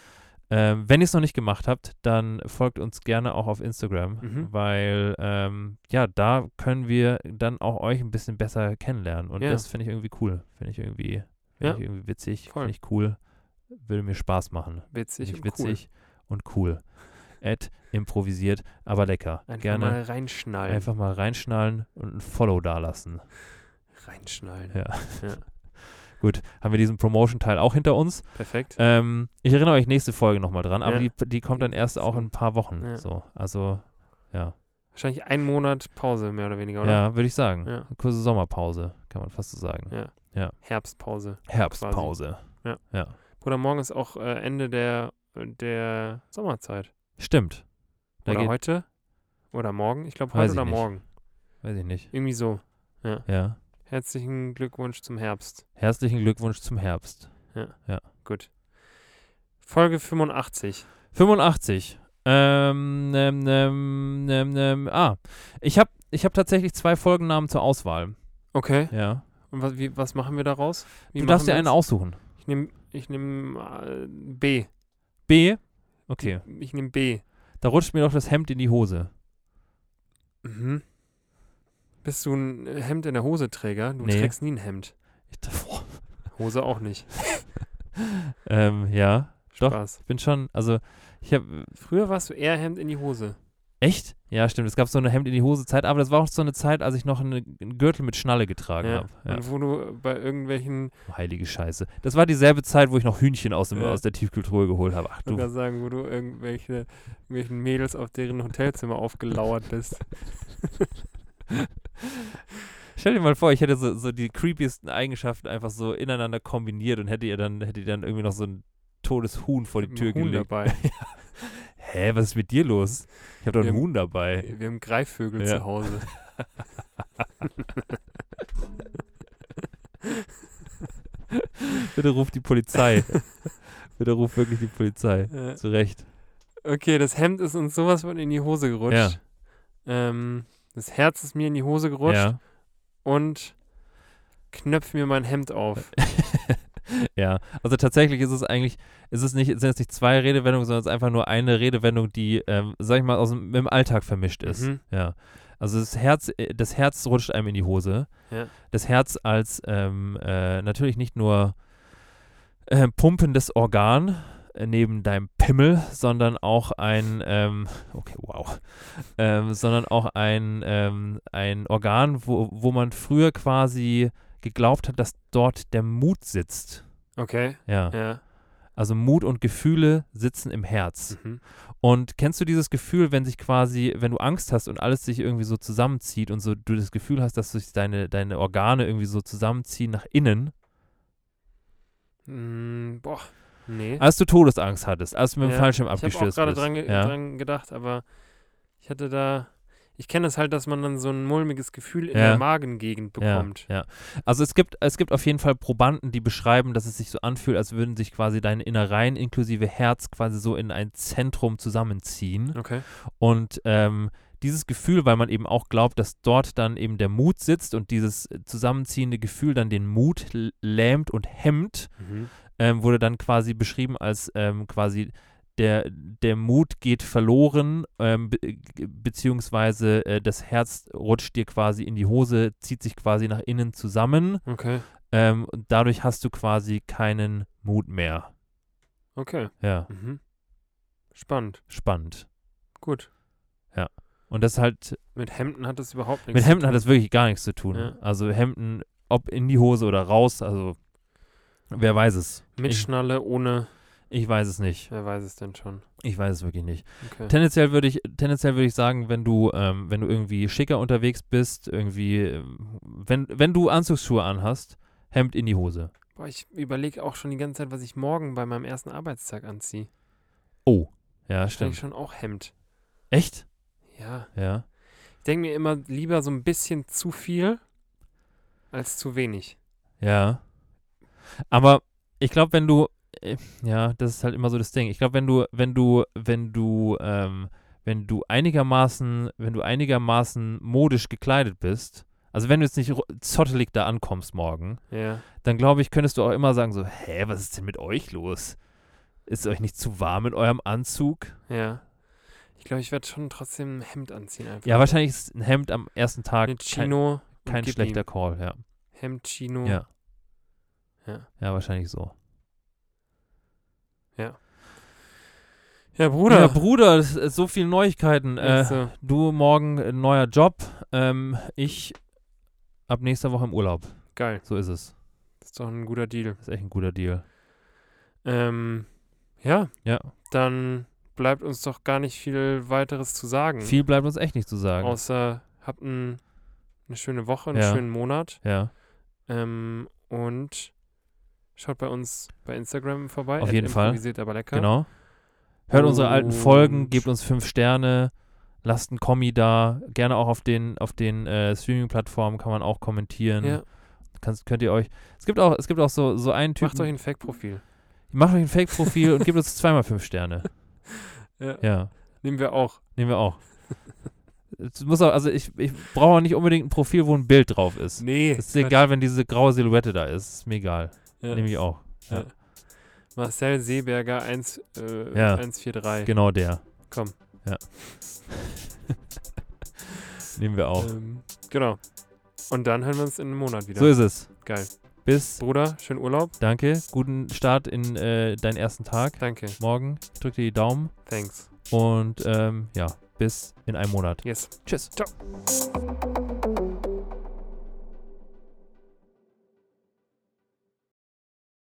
ähm, wenn ihr es noch nicht gemacht habt, dann folgt uns gerne auch auf Instagram, Mhm. weil ähm, ja, da können wir dann auch euch ein bisschen besser kennenlernen. Und Ja. das finde ich irgendwie cool. Finde ich irgendwie, Ja. finde ich irgendwie witzig, Voll. finde ich cool. Würde mir Spaß machen. Witzig Finde und ich cool. witzig und cool. Ad improvisiert, aber lecker. Einfach gerne mal reinschnallen. einfach mal reinschnallen und ein Follow dalassen. Reinschnallen. Ja. Ja. Gut, haben wir diesen Promotion-Teil auch hinter uns. Perfekt. Ähm, ich erinnere euch nächste Folge nochmal dran, aber Ja. die, die kommt dann erst auch in ein paar Wochen. Ja. So, also Wahrscheinlich einen Monat Pause, mehr oder weniger, oder? Ja, würde ich sagen. Ja. Eine kurze Sommerpause, kann man fast so sagen. Ja. Herbstpause. Herbstpause. Ja. ja. Oder morgen ist auch äh, Ende der, der Sommerzeit. Stimmt. Da Oder geht, heute? Oder morgen? Ich glaube, Weiß heute ich oder nicht. morgen. weiß ich nicht. Irgendwie so. Ja. Herzlichen Glückwunsch zum Herbst. Herzlichen Glückwunsch zum Herbst. Gut. Folge 85. 85. Ähm, ähm, ähm, ähm, ähm, ah, ich habe ich hab tatsächlich zwei Folgennamen zur Auswahl. Okay. Ja. Und was, wie, was machen wir daraus? Wie du darfst machen dir wir einen das? aussuchen. Ich nehme ich nehm, äh, B. B. Okay. Ich nehme B. Da rutscht mir doch das Hemd in die Hose. Mhm. Bist du ein Hemd in der Hose Träger? Du Nee. trägst nie ein Hemd. Ich, dachte, boah. Hose auch nicht. ähm, ja. Doch. Spaß. Ich bin schon, also, ich habe Früher warst du eher Hemd in die Hose. Echt? Ja, stimmt. Es gab so eine Hemd in die Hose Zeit, aber das war auch so eine Zeit, als ich noch eine, einen Gürtel mit Schnalle getragen Ja. habe. Ja. Und wo du bei irgendwelchen, Oh, Heilige Scheiße. Das war dieselbe Zeit, wo ich noch Hühnchen aus, dem, Ja. aus der Tiefkühltruhe geholt habe. Ach du du. sagen, wo du irgendwelche, irgendwelchen Mädels auf deren Hotelzimmer aufgelauert bist. Stell dir mal vor, ich hätte so, so die creepiesten Eigenschaften einfach so ineinander kombiniert und hätte ihr dann, hätte ihr dann irgendwie noch so ein totes Huhn vor die Mit Tür einem Huhn gelegt. dabei. Hä, was ist mit dir los? Ich habe doch Wir ein haben- Huhn dabei. Wir haben Greifvögel Ja. zu Hause. Bitte ruf die Polizei. Bitte ruf wirklich die Polizei. Äh, Zu Recht. okay, das Hemd ist uns sowas von in die Hose gerutscht. Ja. Ähm, das Herz ist mir in die Hose gerutscht Ja. und knöpf mir mein Hemd Äh, auf. Ja, also tatsächlich ist es eigentlich, ist es nicht, sind es nicht zwei Redewendungen, sondern es ist einfach nur eine Redewendung, die, ähm, sag ich mal, aus dem, im Alltag vermischt ist. Mhm. Ja. Also das Herz, äh, das Herz rutscht einem in die Hose. Ja. Das Herz als ähm, äh, natürlich nicht nur äh, pumpendes Organ äh, neben deinem Pimmel, sondern auch ein, ähm, okay, wow, ähm, sondern auch ein, ähm, ein Organ, wo, wo man früher quasi geglaubt hat, dass dort der Mut sitzt. Okay. Ja. Ja. Also Mut und Gefühle sitzen im Herz. Mhm. Und kennst du dieses Gefühl, wenn sich quasi, wenn du Angst hast und alles sich irgendwie so zusammenzieht und so du das Gefühl hast, dass sich deine, deine Organe irgendwie so zusammenziehen nach innen? Mm, boah. Nee. Als du Todesangst hattest, als du mit dem Ja, Fallschirm Ich habe abgestürzt auch gerade bist. dran, ge ja. dran gedacht, aber ich hatte da. Ich kenne das halt, dass man dann so ein mulmiges Gefühl in Ja. der Magengegend bekommt. Ja, ja. Also es gibt, es gibt auf jeden Fall Probanden, die beschreiben, dass es sich so anfühlt, als würden sich quasi deine Innereien inklusive Herz quasi so in ein Zentrum zusammenziehen. Okay. Und ähm, dieses Gefühl, weil man eben auch glaubt, dass dort dann eben der Mut sitzt und dieses äh, zusammenziehende Gefühl dann den Mut l- lähmt und hemmt, Mhm. ähm, wurde dann quasi beschrieben als ähm, quasi der, der Mut geht verloren, ähm, be ge- beziehungsweise äh, das Herz rutscht dir quasi in die Hose, zieht sich quasi nach innen zusammen Okay. ähm, und dadurch hast du quasi keinen Mut mehr. Okay. Ja, Mhm. Spannend. spannend. Gut. Und das ist halt Mit Hemden hat das überhaupt nichts. Mit zu Hemden hat tun. das wirklich gar nichts zu tun. Ja. Also Hemden, ob in die Hose oder raus, also wer weiß es. Mit ich- Schnalle, ohne. Ich weiß es nicht. Wer weiß es denn schon? Ich weiß es wirklich nicht. Okay. Tendenziell würde ich, tendenziell würde ich sagen, wenn du, ähm, wenn du irgendwie schicker unterwegs bist, irgendwie, ähm, wenn, wenn du Anzugsschuhe anhast, Hemd in die Hose. Boah, ich überlege auch schon die ganze Zeit, was ich morgen bei meinem ersten Arbeitstag anziehe. Oh, ja, Wahrscheinlich stimmt. schon auch Hemd. Echt? Ja. Ja. Ich denke mir immer lieber so ein bisschen zu viel als zu wenig. Ja. Aber ich glaube, wenn du, äh, ja, das ist halt immer so das Ding. Ich glaube, wenn du, wenn du, wenn du, ähm, wenn du einigermaßen, wenn du einigermaßen modisch gekleidet bist, also wenn du jetzt nicht ru- zottelig da ankommst morgen, Ja. dann glaube ich, könntest du auch immer sagen so, hä, was ist denn mit euch los? Ist euch nicht zu warm in eurem Anzug? Ja. Ich glaube, ich werde schon trotzdem ein Hemd anziehen einfach. Ja, wahrscheinlich ist ein Hemd am ersten Tag Mit kein, Chino. und kein gib schlechter ihm. Call, ja. Hemd, Chino. Ja. Ja. Ja, wahrscheinlich so. Ja, Bruder. Ja, Bruder, das ist so viele Neuigkeiten. Äh, Ist so. Du morgen ein neuer Job. Ähm, ich ab nächster Woche im Urlaub. Geil. So ist es. Das ist doch ein guter Deal. Ist echt ein guter Deal. Ähm, ja. Ja. Dann bleibt uns doch gar nicht viel weiteres zu sagen. Viel bleibt uns echt nicht zu sagen. Außer habt ein, eine schöne Woche, einen Ja. schönen Monat. ja, Ähm, und schaut bei uns bei Instagram vorbei. Auf jeden Fall. improvisiert aber lecker. genau. Hört unsere alten Folgen, Und- gebt uns fünf Sterne, lasst einen Kommi da. Gerne auch auf den, auf den äh, Streaming-Plattformen kann man auch kommentieren. Ja. Kannst, könnt ihr euch. Es gibt auch, es gibt auch so, so einen Typen. Macht euch ein Fake-Profil. macht euch ein Fake-Profil und gebt uns zweimal fünf Sterne. Ja. Ja. Nehmen wir auch. Nehmen wir auch. Es muss auch, also ich, ich brauche auch nicht unbedingt ein Profil, wo ein Bild drauf ist. Nee. Ist egal, wenn diese graue Silhouette da ist. Ist mir egal. Ja. Nehme ich auch. Marcel Seeberger 1, äh, Ja. 143. Genau der. Komm. Ja. Nehmen wir auch. Ähm, genau. Und dann hören wir uns in einem Monat wieder. So ist es. Geil. Bis, Bruder, schönen Urlaub. danke. Guten Start in äh, deinen ersten Tag. Danke. Morgen. Drück dir die Daumen. Thanks. Und ähm, ja, bis in einem Monat. Yes. Tschüss. Ciao.